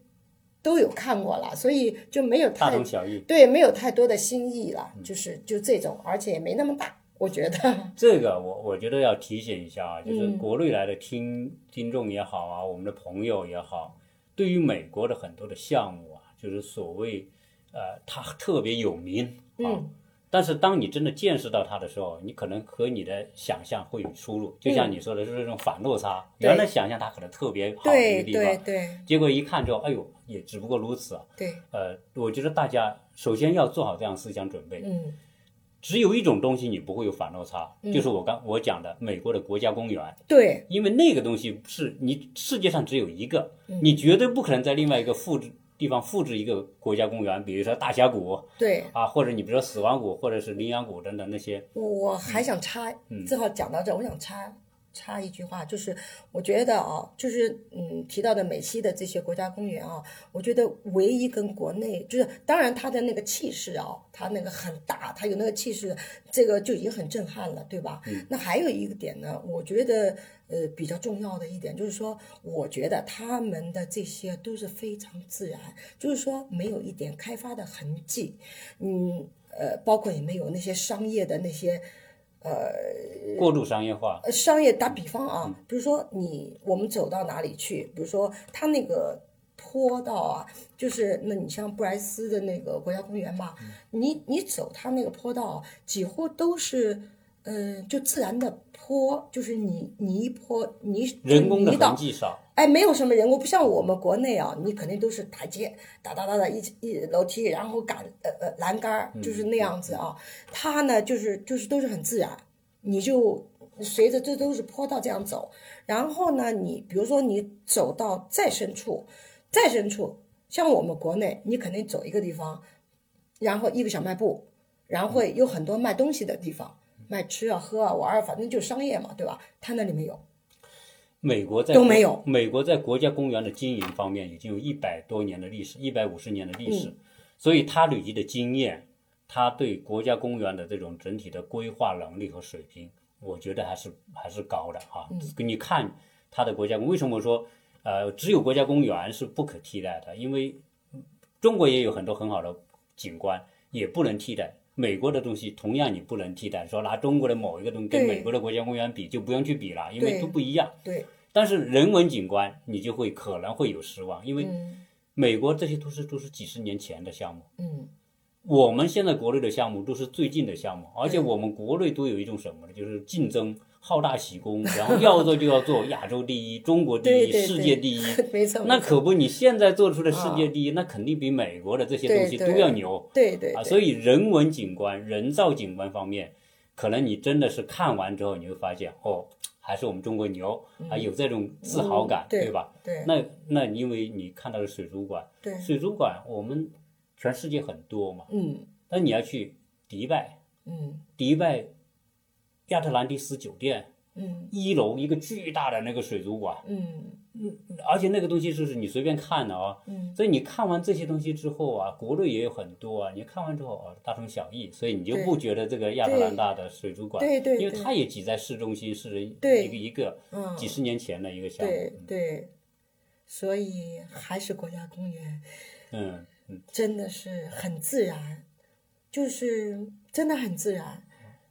S2: 都有看过了，所以就没有
S1: 大嗯
S2: 太
S1: 同小异。
S2: 对，没有太多的新意了，就是就这种，而且也没那么大，我觉得，
S1: 这个我我觉得要提醒一下啊，就是
S2: 嗯
S1: 国内来的听听众也好啊，我们的朋友也好，对于美国的很多的项目啊，就是所谓呃，它特别有名啊，
S2: 嗯
S1: 但是当你真的见识到它的时候，你可能和你的想象会有出入。就像你说的，就是这种反落差。
S2: 嗯对
S1: 原来想象它可能特别好的一
S2: 对
S1: 个地
S2: 对
S1: 方，
S2: 对
S1: 结果一看之后，哎呦，也只不过如此啊。
S2: 对，
S1: 呃，我觉得大家首先要做好这样思想准备。
S2: 嗯
S1: 只有一种东西你不会有反落差，就是我刚我讲的美国的国家公园，
S2: 对
S1: 因为那个东西是你世界上只有一个，
S2: 嗯
S1: 你绝对不可能在另外一个复制地方复制一个国家公园，比如说大峡谷
S2: 对，
S1: 啊，或者你比如说死亡谷或者是羚羊谷等等那些，
S2: 我我还想插，正好讲到这，我想插插一句话，就是我觉得啊，就是嗯提到的美西的这些国家公园啊，我觉得唯一跟国内就是，当然它的那个气势啊，它那个很大，它有那个气势，这个就已经很震撼了，对吧？那还有一个点呢，我觉得呃比较重要的一点就是说，我觉得他们的这些都是非常自然，就是说没有一点开发的痕迹，嗯。呃，包括也没有那些商业的那些
S1: 过度商业化，
S2: 呃，商业打比方啊，比如说你我们走到哪里去，比如说它那个坡道啊，就是那你像布莱斯的那个国家公园
S1: 嗯
S2: 吧，你你走它那个坡道啊，几乎都是嗯、呃就自然的坡，就是泥泥坡泥
S1: 人工的
S2: 泥道
S1: 痕，迹少，
S2: 哎，没有什么人工，不像我们国内啊，你肯定都是台阶，哒哒哒哒一一楼梯，然后杆呃呃栏杆儿，就是那样子啊。它呢，就是就是都是很自然，你就随着这都是坡道这样走。然后呢，你比如说你走到再深处，再深处，像我们国内，你肯定走一个地方，然后一个小卖部，然后会有很多卖东西的地方，卖吃啊喝啊玩啊，反正就商业嘛，对吧？它那里没有，
S1: 美国在
S2: 都没有
S1: 美国在国家公园的经营方面已经有一百多年的历史，一百五十年的历史，
S2: 嗯
S1: 所以他累积的经验，他对国家公园的这种整体的规划能力和水平，我觉得还是还是高的哈、
S2: 嗯
S1: 你看他的国家公，为什么说呃只有国家公园是不可替代的？因为中国也有很多很好的景观，也不能替代。美国的东西同样你不能替代，说拿中国的某一个东西跟
S2: 对
S1: 美国的国家公园比，就不用去比了，因为
S2: 对
S1: 都不一样。
S2: 对，
S1: 但是人文景观你就会可能会有失望，因为
S2: 嗯
S1: 美国这些都是都是几十年前的项目，
S2: 嗯。
S1: 我们现在国内的项目都是最近的项目，而
S2: 嗯
S1: 且我们国内都有一种什么呢？就是竞争。好大喜 功，然后要做就要做亚洲第一、中国第一、
S2: 对对
S1: 世界第一，
S2: 没错，
S1: 那
S2: 没错
S1: 可不，你现在做出的世界第一，那肯定比美国的这些东西都
S2: 啊对对
S1: 要牛
S2: 对对
S1: 啊！
S2: 对
S1: 所以人文景观、人造景观方面，可能你真的是看完之后，你会发现哦，还是我们中国牛啊，有这种自豪感
S2: 嗯，对
S1: 吧？
S2: 对
S1: 那那因为你看到了水族馆，
S2: 对，
S1: 水族馆我们全世界很多嘛，
S2: 嗯
S1: 那你要去迪拜，
S2: 嗯
S1: 迪拜亚特兰蒂斯酒店
S2: 嗯
S1: 一楼一个巨大的那个水族馆，
S2: 嗯
S1: 而且那个东西就是你随便看的啊、
S2: 嗯，
S1: 所以你看完这些东西之后啊，国内也有很多啊，你看完之后啊，大同小异，所以你就
S2: 对
S1: 不觉得这个亚特兰大的水族馆，
S2: 对对
S1: 因为
S2: 对
S1: 它也挤在市中心，是一个
S2: 对
S1: 一个
S2: 嗯
S1: 几十年前的一个项目，
S2: 对对，所以还是国家公园
S1: 嗯，
S2: 真的是很自然，就是真的很自然。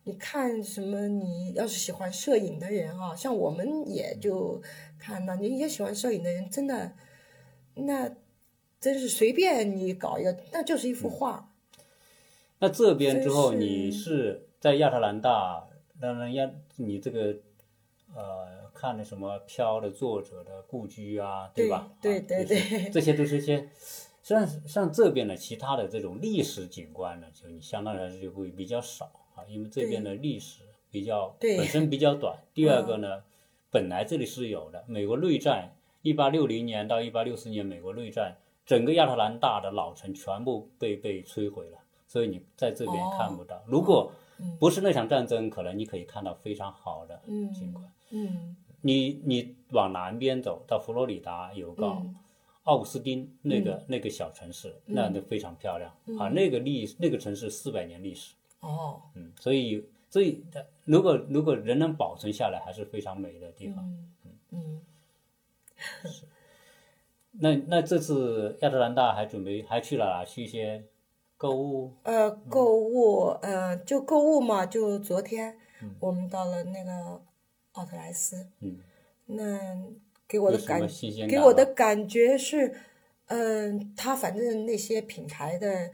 S2: 你看什么？你要是喜欢摄影的人啊，像我们也就看到，你也喜欢摄影的人，真的，那真是随便你搞一个，那就是
S1: 嗯
S2: 一幅画。
S1: 那这边之后，
S2: 真是
S1: 你是在亚特兰大，让人家你这个呃看了什么飘的作者的故居啊，
S2: 对
S1: 吧？
S2: 对
S1: 啊
S2: 对
S1: 就是
S2: 对
S1: 这些都是一些。像像这边的其他的这种历史景观呢，就你相当来说就会比较少啊，因为这边的历史比较
S2: 对
S1: 本身比较短。第二个呢，本来这里是有的，美国内战，一八六零年到一八六四年美国内战，整个亚特兰大的老城全部被被摧毁了，所以你在这边看不到。如果不是那场战争，可能你可以看到非常好的景观。
S2: 嗯
S1: 你你往南边走到佛罗里达有个
S2: 嗯
S1: 奥斯汀那个、那个小城市，那那非常漂亮、
S2: 嗯
S1: 啊，那个历那个城市四百年历史，
S2: 哦
S1: 嗯，所以所以它如果如果人能保存下来，还是非常美的地方。
S2: 嗯嗯。
S1: 那那这次亚特兰大还准备还去了哪？去一些购物，
S2: 呃，购物，呃，就购物嘛，就昨天我们到了那个奥特莱斯，
S1: 嗯，
S2: 那给我
S1: 有
S2: 的
S1: 什
S2: 感
S1: 么，新鲜
S2: 给
S1: 感吗？
S2: 我的感觉是，嗯、它反正那些品牌的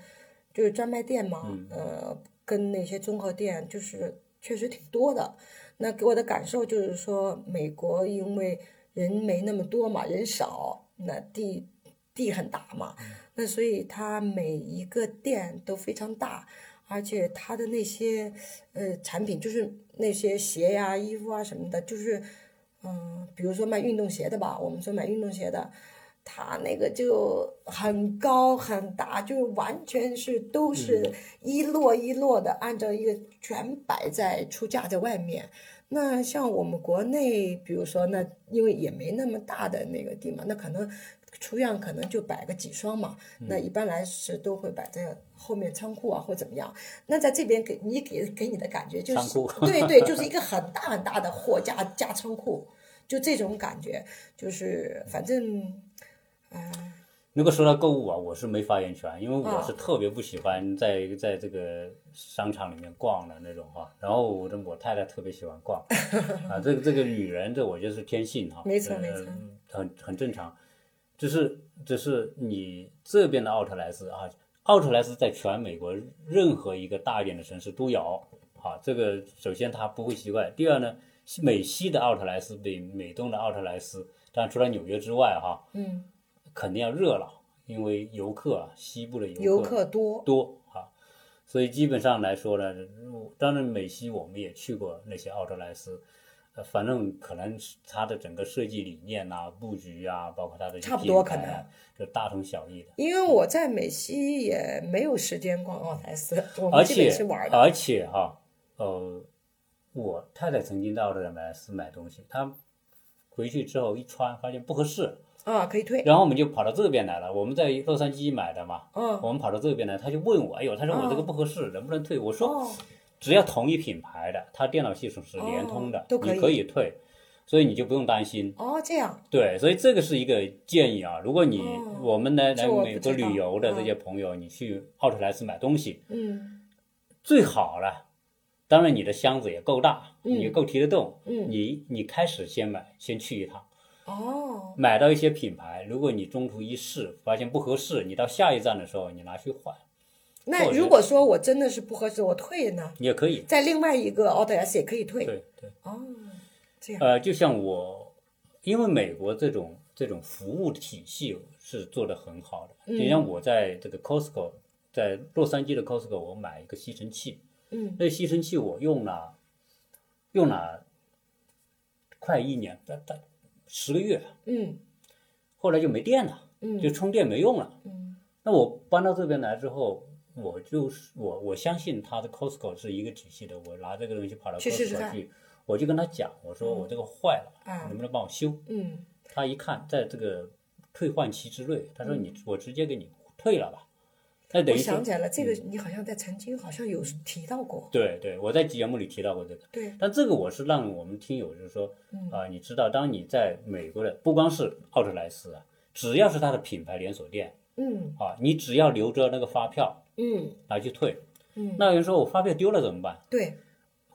S2: 就是专卖店嘛，呃，跟那些综合店就是确实挺多的。那给我的感受就是说，美国因为人没那么多嘛，人少，那地地很大嘛，那所以它每一个店都非常大，而且它的那些呃产品，就是那些鞋呀、衣服啊什么的，就是嗯、比如说卖运动鞋的吧，我们说买运动鞋的。它那个就很高很大，就是完全是
S1: 嗯
S2: 都是一摞一摞的，按照一个全摆在出架在外面。那像我们国内，比如说那因为也没那么大的那个地嘛，那可能出样可能就摆个几双嘛，
S1: 嗯
S2: 那一般来是都会摆在后面仓库啊或怎么样。那在这边给你给给你的感觉就是
S1: 仓库
S2: 对对，就是一个很大很大的货架架仓库，就这种感觉，就是反正。
S1: 如果说到购物啊，我是没发言权，因为我
S2: 啊
S1: 是特别不喜欢在在这个商场里面逛的那种哈、然后我的我太太特别喜欢逛，啊，这个这个女人这我觉得是天性哈、
S2: 没错
S1: 呃
S2: 没错
S1: 很很正常。只是只是你这边的奥特莱斯啊，奥特莱斯在全美国任何一个大一点的城市都有啊。这个首先它不会奇怪，第二呢，西美西的奥特莱斯比美东的奥特莱斯，当然除了纽约之外哈、
S2: 嗯，
S1: 肯定要热闹，因为游客啊，西部的
S2: 游
S1: 游
S2: 客多，
S1: 多啊，所以基本上来说呢，当然美西我们也去过那些奥特莱斯，呃，反正可能是它的整个设计理念呐、布局啊，包括它的一些
S2: 差不多
S1: 品牌
S2: 可
S1: 啊，就大同小异的。
S2: 因为我在美西也没有时间逛奥莱斯，我
S1: 而
S2: 们基
S1: 且
S2: 本是玩的。
S1: 而且哈、呃，我太太曾经到奥特莱斯买东西，她回去之后一穿发现不合适，
S2: 啊，可以退。
S1: 然后我们就跑到这边来了。我们在洛杉矶买的嘛，
S2: 嗯，
S1: 我们跑到这边来，他就问我，哎呦，他说我这个不合适，能不能退？我说
S2: 哦，
S1: 只要同一品牌的，它电脑系统是联通的
S2: 哦，都可以
S1: 你可以退，所以你就不用担心。
S2: 哦，这样，
S1: 对，所以这个是一个建议啊。如果你
S2: 哦
S1: 我们来来
S2: 这我不
S1: 美国
S2: 知道
S1: 旅游的这
S2: 嗯
S1: 些朋友，你去奥特莱斯买东西，
S2: 嗯
S1: 最好了，当然你的箱子也够大，
S2: 嗯
S1: 你够提得动，
S2: 嗯，
S1: 你你开始先买，先去一趟。
S2: 哦，
S1: 买到一些品牌，如果你中途一试发现不合适，你到下一站的时候你拿去换
S2: 那
S1: 我觉
S2: 如
S1: 得
S2: 果说我真的是不合适，我退呢，
S1: 也可以。
S2: 在另外一个奥特莱斯也可以退。
S1: 对对。
S2: 哦，这样，
S1: 呃，就像我，因为美国这种这种服务体系是做得很好的，
S2: 嗯
S1: 就像我在这个 Costco，在洛杉矶的 Costco，我买一个吸尘器，
S2: 嗯，
S1: 那吸尘器我用了用了快一年，大大十个月，
S2: 嗯
S1: 后来就没电了，
S2: 嗯
S1: 就充电没用了。
S2: 嗯
S1: 那我搬到这边来之后。我就是我，我相信它的 Costco 是一个体系的。我拿这个东西跑到
S2: 去试试
S1: Costco
S2: 看嗯
S1: 去，我就跟他讲，我说我这个坏了，
S2: 啊
S1: 能不能帮我修？
S2: 嗯，
S1: 他一看在这个退换期之内，他说你我直接给你退了吧，那等
S2: 嗯我
S1: 于是
S2: 想起来了，这个
S1: 嗯
S2: 你好像在曾经好像有提到过，
S1: 对对，我在节目里提到过这个，
S2: 对，
S1: 但这个我是让我们听友就是说
S2: 嗯
S1: 啊、你知道，当你在美国的不光是奥特莱斯啊，只要是它的品牌连锁店
S2: 嗯
S1: 啊，你只要留着那个发票
S2: 嗯
S1: 拿去退，
S2: 嗯，
S1: 那有人说我发票丢了怎么办？
S2: 对，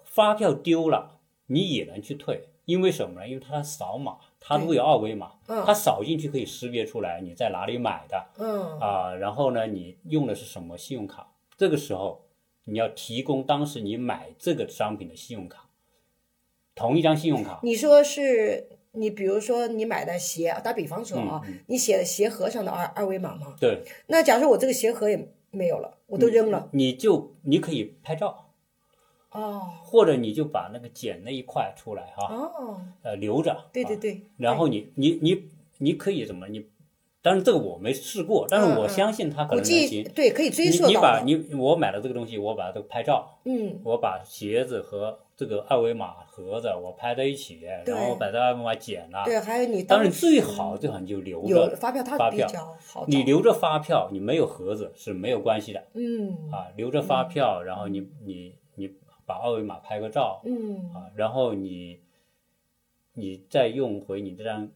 S1: 发票丢了你也能去退，因为什么呢？因为它扫码，它都
S2: 对
S1: 有二维码，
S2: 嗯
S1: 它扫进去可以识别出来你在哪里买的。
S2: 嗯
S1: 啊，然后呢，你用的是什么信用卡？这个时候你要提供当时你买这个商品的信用卡，同一张信用卡，
S2: 你说是你，比如说你买的鞋，打比方说啊，
S1: 嗯
S2: 你写的鞋盒上的二二维码吗？
S1: 对，
S2: 那假设我这个鞋盒也没有了，
S1: 嗯
S2: 我都扔了。
S1: 你就你可以拍照，嗯
S2: 哦
S1: 或者你就把那个剪那一块出来哈、
S2: 哦，
S1: 呃，留着，
S2: 对对
S1: 啊，
S2: 对，
S1: 然后你你你你可以怎么你，当然这个我没试过，但是
S2: 嗯
S1: 我
S2: 嗯
S1: 相信它啊可
S2: 估
S1: 能能
S2: 计
S1: 行。
S2: 对可以追
S1: 你
S2: 溯
S1: 你
S2: 到
S1: 把
S2: 的
S1: 你我买了这个东西，我把它拍照，
S2: 嗯
S1: 我把鞋子和这个二维码盒子我拍在一起，
S2: 对
S1: 然后把这二维码剪了。
S2: 对，还有你
S1: 当然
S2: 时
S1: 最好最好你就留
S2: 有
S1: 着，
S2: 发票，它
S1: 发
S2: 比
S1: 票
S2: 较好
S1: 你
S2: 找
S1: 留着发票，你没有盒子是没有关系的
S2: 嗯
S1: 啊。留着发票，然后你你你把二维码拍个照
S2: 嗯
S1: 啊，然后你你再用回你这张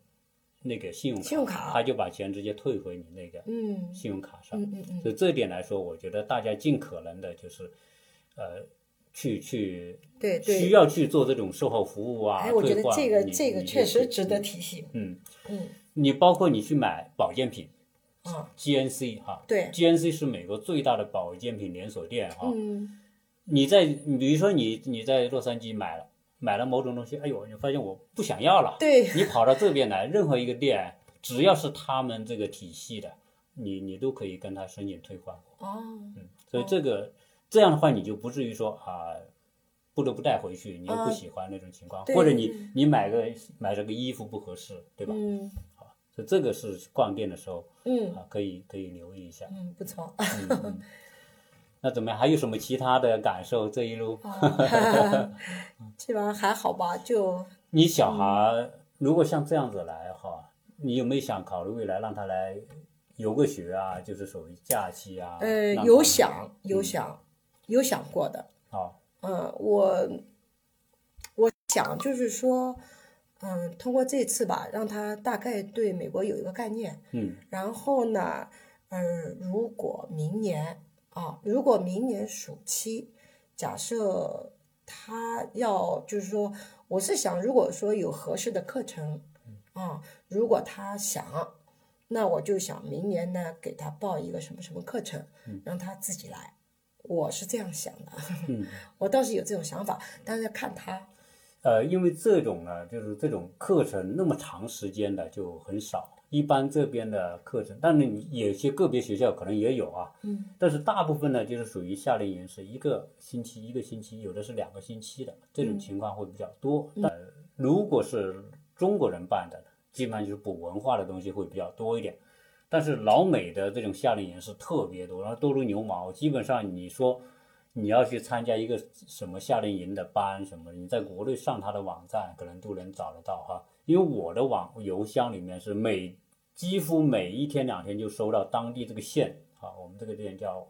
S1: 那个信用卡，
S2: 信用卡
S1: 他就把钱直接退回你那个
S2: 嗯
S1: 信用卡上。
S2: 嗯嗯嗯
S1: 所以这点来说，我觉得大家尽可能的就是，呃，去去
S2: 对对
S1: 需要去做这种售后服务啊。
S2: 哎，我觉得
S1: 兑换
S2: 这个
S1: 你
S2: 这个
S1: 你就
S2: 确实
S1: 去
S2: 值得提醒。
S1: 嗯，
S2: 嗯
S1: 你包括你去买保健品
S2: 啊，
S1: ，GNC 哈
S2: 对，
S1: 啊，GNC 是美国最大的保健品连锁店哈。
S2: 嗯
S1: 你在比如说你你在洛杉矶买了买了某种东西，哎呦，你发现我不想要了，
S2: 对，
S1: 你跑到这边来，任何一个店只要是他们这个体系的，你你都可以跟他申请退换。
S2: 哦，
S1: 嗯，所以这个这样的话，你就不至于说啊，不得不带回去，你又不
S2: 嗯
S1: 喜欢那种情况，
S2: 对
S1: 或者你你买个买这个衣服不合适，对吧？
S2: 嗯
S1: 所以这个是逛店的时候
S2: 嗯
S1: 啊，可以可以留意一下。
S2: 嗯，不 错。
S1: 嗯嗯那怎么样？还有什么其他的感受？这一路
S2: 哦，基本上还好吧，就
S1: 你小
S2: 嗯
S1: 孩如果像这样子来哈，你有没有想考虑未来让他来游个学啊？就是属于假期啊？
S2: 呃
S1: 让他
S2: 有
S1: 们
S2: 想有
S1: 嗯
S2: 想有想过的，
S1: 啊，
S2: 嗯，我我想就是说，嗯，通过这次吧，让他大概对美国有一个概念，
S1: 嗯
S2: 然后呢，嗯，如果明年啊，如果明年暑期，假设他要就是说，我是想，如果说有合适的课程啊，如果他想，那我就想明年呢给他报一个什么什么课程，让他自己来。我是这样想的，
S1: 嗯。
S2: 我倒是有这种想法，但是要看他。
S1: 呃，因为这种呢，就是这种课程那么长时间的就很少，一般这边的课程，但是你有些个别学校可能也有啊，
S2: 嗯
S1: 但是大部分呢就是属于夏令营，是一个星期一个星期，有的是两个星期的，这
S2: 嗯
S1: 种情况会比较多。但如果是中国人办的，基本上就是补文化的东西会比较多一点。但是老美的这种夏令营是特别多，然后多如牛毛。基本上你说你要去参加一个什么夏令营的班什么，你在国内上他的网站可能都能找得到哈。因为我的网邮箱里面是每几乎每一天两天就收到当地这个县啊，我们这个店叫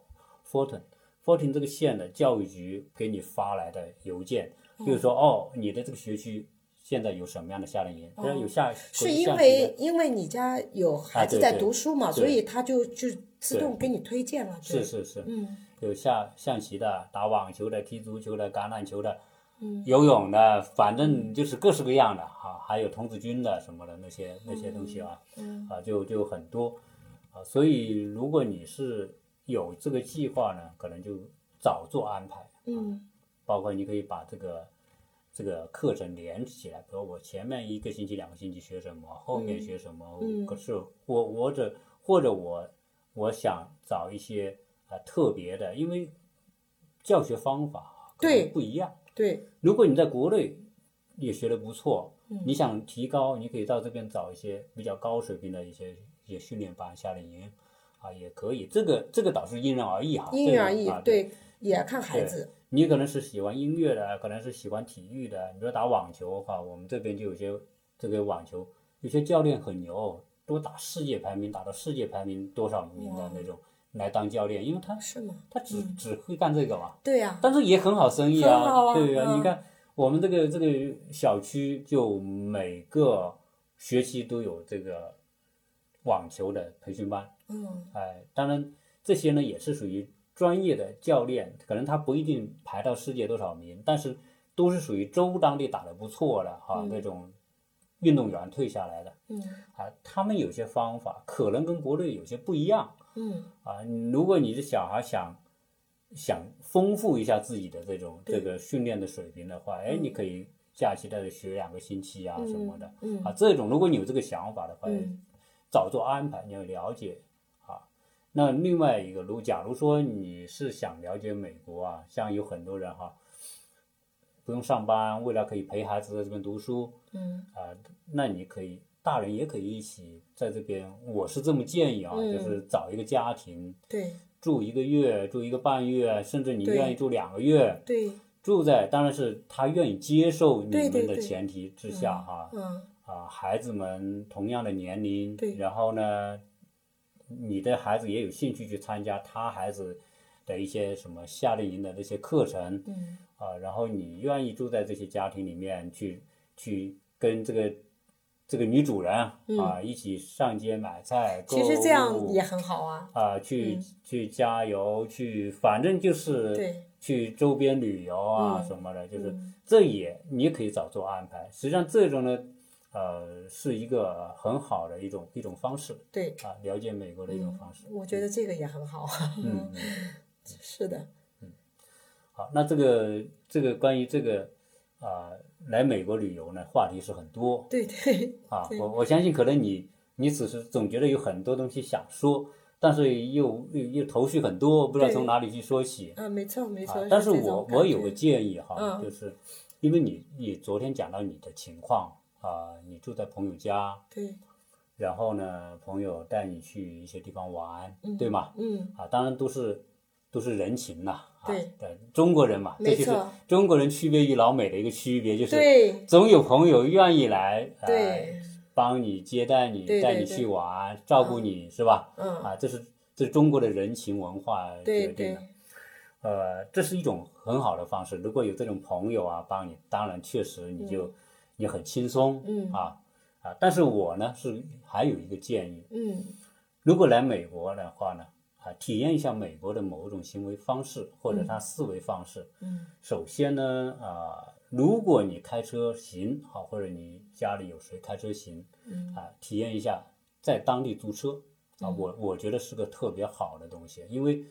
S1: Fortin。Fortin 这个县的教育局给你发来的邮件，就是说哦，你的这个学区现在有什么样的夏令营？
S2: 哦
S1: 有夏
S2: 是因
S1: 夏期的
S2: 为因为你家有孩子
S1: 啊对
S2: 在
S1: 对
S2: 读书嘛，
S1: 对
S2: 所以他就就自
S1: 对
S2: 动给你推荐了。对
S1: 是，是是，
S2: 嗯
S1: 有下象棋的、打网球的、踢足球的、橄榄球的、
S2: 嗯
S1: 游泳的，反正就是各式各样的哈、还有童子军的什么的那些那些东西啊，
S2: 嗯
S1: 啊就就很多啊，所以如果你是有这个计划呢，可能就早做安排，
S2: 嗯
S1: 包括你可以把这个这个课程连起来，比如我前面一个星期、两个星期学什么，后面学什么，
S2: 嗯
S1: 可是我我者或者我我想找一些呃特别的，因为教学方法可能
S2: 对
S1: 不一样。
S2: 对，
S1: 如果你在国内也学的不错，
S2: 嗯
S1: 你想提高，你可以到这边找一些比较高水平的一些一些训练班、夏令营啊，也可以。这个这个倒是因人而异哈，
S2: 因
S1: 这
S2: 人
S1: 个
S2: 而异
S1: 啊，，
S2: 对，也看孩
S1: 对
S2: 子。
S1: 你可能是喜欢音乐的，可能是喜欢体育的。你说打网球哈，我们这边就有些这个网球，有些教练很牛，都打世界排名，打到世界排名多少名的那种来当教练，因为他
S2: 是吗？
S1: 他只
S2: 嗯
S1: 只会干这个嘛。
S2: 对啊呀、
S1: 但是也很好生意
S2: 很好啊
S1: 对啊，
S2: 嗯
S1: 你看我们这个这个小区就每个学期都有这个网球的培训班，
S2: 嗯
S1: 哎，当然这些呢也是属于专业的教练，可能他不一定排到世界多少名，但是都是属于州当地打得不错的哈、
S2: 嗯
S1: 那种运动员退下来的
S2: 嗯
S1: 啊，他们有些方法可能跟国内有些不一样
S2: 嗯，
S1: 啊。如果你的小孩想想丰富一下自己的这种
S2: 对
S1: 这个训练的水平的话，哎，你可以假期带着学两个星期啊什么的、
S2: 嗯
S1: 啊，这种如果你有这个想法的话，哎
S2: 嗯
S1: 早做安排，你要了解啊。那另外一个，如假如说你是想了解美国啊，像有很多人哈、不用上班，未来可以陪孩子在这边读书
S2: 嗯
S1: 啊、那你可以，大人也可以一起在这边。我是这么建议啊，
S2: 嗯
S1: 就是找一个家庭
S2: 对
S1: 住一个月，住一个半月，甚至你
S2: 对
S1: 愿意住两个月，
S2: 对，
S1: 住在当然是他愿意接受你
S2: 对
S1: 们
S2: 对
S1: 的
S2: 对
S1: 前提之下哈、
S2: 嗯
S1: 啊，孩子们同样的年龄，
S2: 对
S1: 然后呢，你的孩子也有兴趣去参加他孩子的一些什么夏令营的那些课程
S2: 嗯
S1: 啊，然后你愿意住在这些家庭里面去去跟这个这个女主人啊、
S2: 嗯
S1: 一起上街买菜，
S2: 其实这样
S1: 购物
S2: 也很好啊。
S1: 啊，去、
S2: 嗯
S1: 去加油，去反正就是
S2: 对
S1: 去周边旅游啊
S2: 嗯
S1: 什么的，就是
S2: 嗯
S1: 这也你也可以早做安排。实际上这种呢，呃，是一个很好的一种一种方式
S2: 对，
S1: 啊，了解美国
S2: 嗯
S1: 的一种方式。嗯
S2: 我觉得这个也很好。
S1: 嗯，嗯
S2: 是的，
S1: 好，那这个这个关于这个啊、来美国旅游呢，话题是很多
S2: 对对，
S1: 啊。我我相信可能你你此时总觉得有很多东西想说，但是又又又头绪很多，不知道
S2: 对
S1: 从哪里去说起。
S2: 啊，没错没
S1: 啊
S2: 错。，
S1: 但是
S2: 这种
S1: 我我
S2: 感
S1: 有
S2: 觉
S1: 个建议哈，
S2: 嗯
S1: 就是因为你你昨天讲到你的情况啊、你住在朋友家，
S2: 对，
S1: 然后呢，朋友带你去一些地方玩，对吗？
S2: 嗯，
S1: 啊，当然都是都是人情呐、啊，
S2: 对
S1: 中国人嘛，这
S2: 没
S1: 就是
S2: 错
S1: 中国人区别于老美的一个区别，就是
S2: 对
S1: 总有朋友愿意来，呃、
S2: 对，
S1: 帮你接待你，
S2: 对
S1: 带
S2: 对
S1: 你
S2: 对
S1: 去玩，照顾你是吧？
S2: 嗯，
S1: 啊，这是这是中国的人情文化
S2: 对
S1: 决定的。
S2: 对
S1: 呃，这是一种很好的方式。如果有这种朋友啊帮你，当然确实你就、你很轻松，
S2: 嗯
S1: 啊啊。但是我呢是还有一个建议，
S2: 嗯
S1: 如果来美国的话呢，啊，体验一下美国的某种行为方式或者他思维方式。
S2: 嗯
S1: 首先呢，啊，如果你开车行啊，或者你家里有谁开车行
S2: 嗯
S1: 啊，体验一下在当地租车啊，我我觉得是个特别好的东西，因为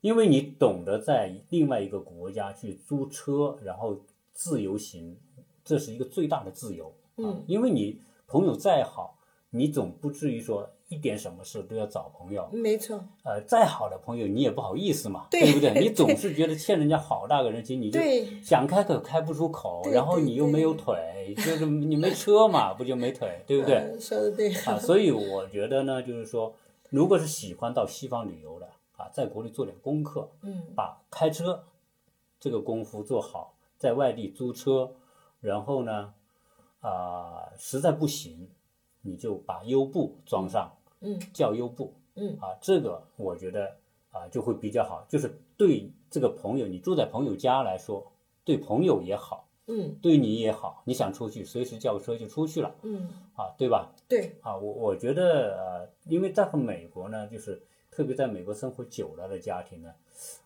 S1: 因为你懂得在另外一个国家去租车，然后自由行，这是一个最大的自由啊
S2: 嗯，
S1: 因为你朋友再好，你总不至于说一点什么事都要找朋友，
S2: 没错，
S1: 呃，再好的朋友你也不好意思嘛，
S2: 对
S1: 不 对？你总是觉得欠人家好大个人情，你就
S2: 对
S1: 想开口开不出口，
S2: 对
S1: 然后
S2: 对
S1: 你又
S2: 对
S1: 没有腿，就是你没车嘛，不就没腿，对不对？
S2: 嗯说的对，
S1: 啊，所以我觉得呢，就是说，如果是喜欢到西方旅游的啊，在国内做点功课，
S2: 嗯
S1: 把开车这个功夫做好，在外地租车，然后呢，啊、实在不行，你就把优步装上，
S2: 嗯
S1: 叫优步
S2: 嗯
S1: 啊，这个我觉得啊就会比较好，就是对这个朋友，你住在朋友家来说，对朋友也好，
S2: 嗯
S1: 对你也好，你想出去随时叫车就出去了
S2: 嗯，
S1: 啊，对吧？
S2: 对，
S1: 啊，我我觉得呃，因为在美国呢，就是特别在美国生活久了的家庭呢，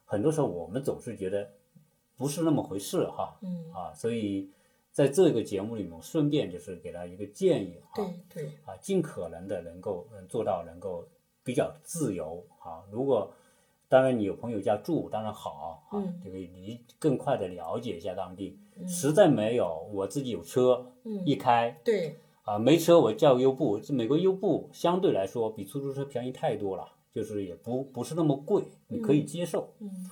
S1: 很多时候我们总是觉得不是那么回事哈
S2: 嗯
S1: 啊，所以在这个节目里面，我顺便就是给大家一个建议哈
S2: 对对，
S1: 啊，尽可能的能够嗯做到能够比较自由啊，如果当然你有朋友家住，当然好啊
S2: 嗯，
S1: 这个你更快的了解一下当地。
S2: 嗯
S1: 实在没有，我自己有车
S2: 嗯
S1: 一开，
S2: 对
S1: 啊，没车我叫优步，这美国优步相对来说比出租车便宜太多了，就是也不不是那么贵，你可以接受、
S2: 嗯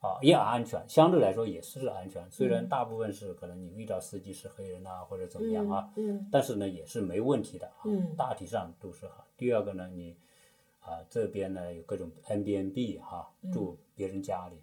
S1: 啊，也安全，相对来说也是安全，虽
S2: 嗯
S1: 然大部分是可能你遇到司机是黑人啊或者怎么样啊，
S2: 嗯
S1: 但是呢也是没问题的啊，
S2: 嗯
S1: 大体上都是好。第二个呢，你啊这边呢有各种 N B N B 哈，住别人家里。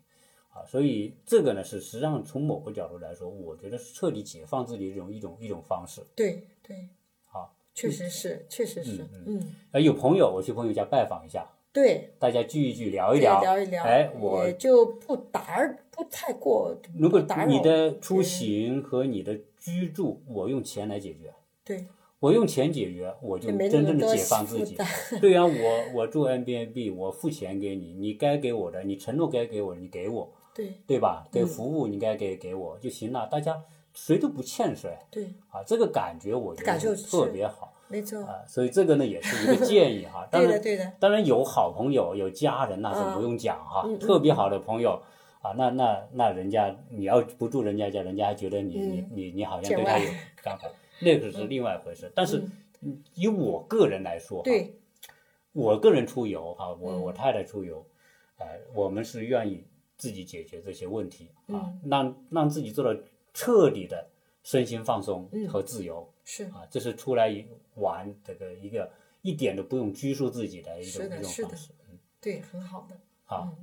S1: 啊，所以这个呢是实际上从某个角度来说，我觉得是彻底解放自己的一种一种一种方式。
S2: 对对，
S1: 好，
S2: 确实是确实是，嗯
S1: 呃，有朋友我去朋友家拜访一下，
S2: 对，
S1: 大家聚一聚，聊
S2: 对
S1: 一聊，
S2: 聊一聊，
S1: 哎，我
S2: 也就不打扰，不太过
S1: 如果
S2: 不打扰
S1: 你的出行和你的居住，我用钱来解决，
S2: 对
S1: 我用钱解决，我就
S2: 也没那
S1: 真
S2: 么
S1: 正的
S2: 多
S1: 解放
S2: 负
S1: 自己
S2: 担。
S1: 对呀、我我住 n b n b 我付钱给你，你该给我的，你承诺该给我的，你给我，
S2: 对
S1: 对吧？给服务你该给给我就行了，大家谁都不欠谁
S2: 对，
S1: 啊，这个感觉我觉
S2: 感
S1: 得
S2: 受
S1: 是
S2: 是
S1: 特别好
S2: 没错，
S1: 啊，所以这个呢也是一个建议 哈。当
S2: 对
S1: 然
S2: 的对的，
S1: 当然有好朋友，有家人那是
S2: 啊
S1: 不用讲哈，
S2: 嗯嗯
S1: 特别好的朋友啊，那那那人家你要不住人家家，人家还觉得你、
S2: 嗯
S1: 你你你好像
S2: 见
S1: 对他
S2: 外
S1: 有干法，那个是另外一回事。但是以我个人来说，哈，
S2: 嗯对
S1: 我个人出游哈，
S2: 嗯
S1: 我我太太出游，呃，我们是愿意自己解决这些问题啊，
S2: 嗯
S1: 让让自己做到彻底的身心放松
S2: 嗯
S1: 和自由。
S2: 是
S1: 啊，这是出来玩这个一个一点都不用拘束自己的一种
S2: 是的
S1: 一种
S2: 是的
S1: 方式
S2: 对很好的，嗯
S1: 啊。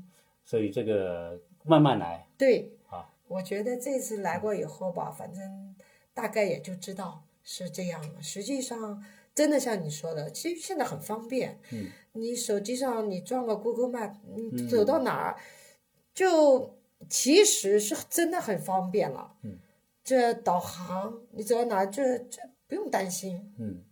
S1: 所以这个慢慢来
S2: 对
S1: 啊，
S2: 我觉得这次来过以后吧，反正大概也就知道是这样了。实际上，真的像你说的，其实现在很方便。
S1: 嗯，
S2: 你手机上你装个 Google Map，你走到哪儿，就其实是真的很方便了。
S1: 嗯，
S2: 这导航你走到哪儿，这这不用担心。
S1: 嗯。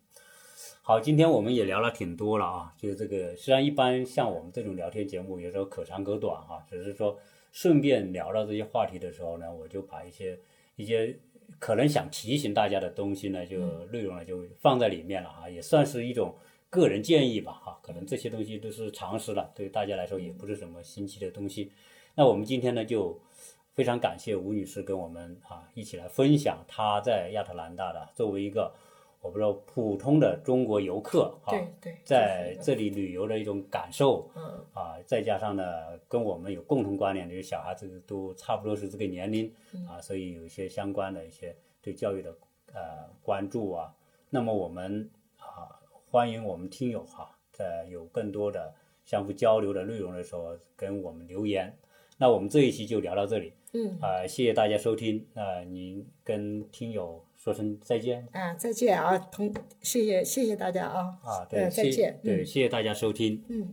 S1: 好，今天我们也聊了挺多了啊，就这个，实际上一般像我们这种聊天节目，有时候可长可短哈、只是说顺便聊到这些话题的时候呢，我就把一些一些可能想提醒大家的东西呢，
S2: 嗯
S1: 就内容呢就放在里面了啊，也算是一种个人建议吧哈、可能这些东西都是常识了，对大家来说也不是什么新奇的东西。那我们今天呢就。非非常感谢吴女士跟我们啊一起来分享她在亚特兰大的作为一个我不知道普通的中国游客啊，
S2: 对对，
S1: 在
S2: 就是
S1: 这里旅游的一种感受
S2: 嗯
S1: 啊，再加上呢跟我们有共同关联的，就是小孩子都差不多是这个年龄
S2: 嗯
S1: 啊，所以有一些相关的一些对教育的呃关注啊。那么我们啊欢迎我们听友哈、在有更多的相互交流的内容的时候跟我们留言。那我们这一期就聊到这里。
S2: 嗯
S1: 啊、谢谢大家收听。呃，您跟听友说声再见
S2: 啊，再见啊，同谢谢谢谢大家啊
S1: 啊，
S2: 呃
S1: 对，
S2: 再
S1: 谢
S2: 见，
S1: 对，
S2: 嗯
S1: 谢谢大家收听。
S2: 嗯，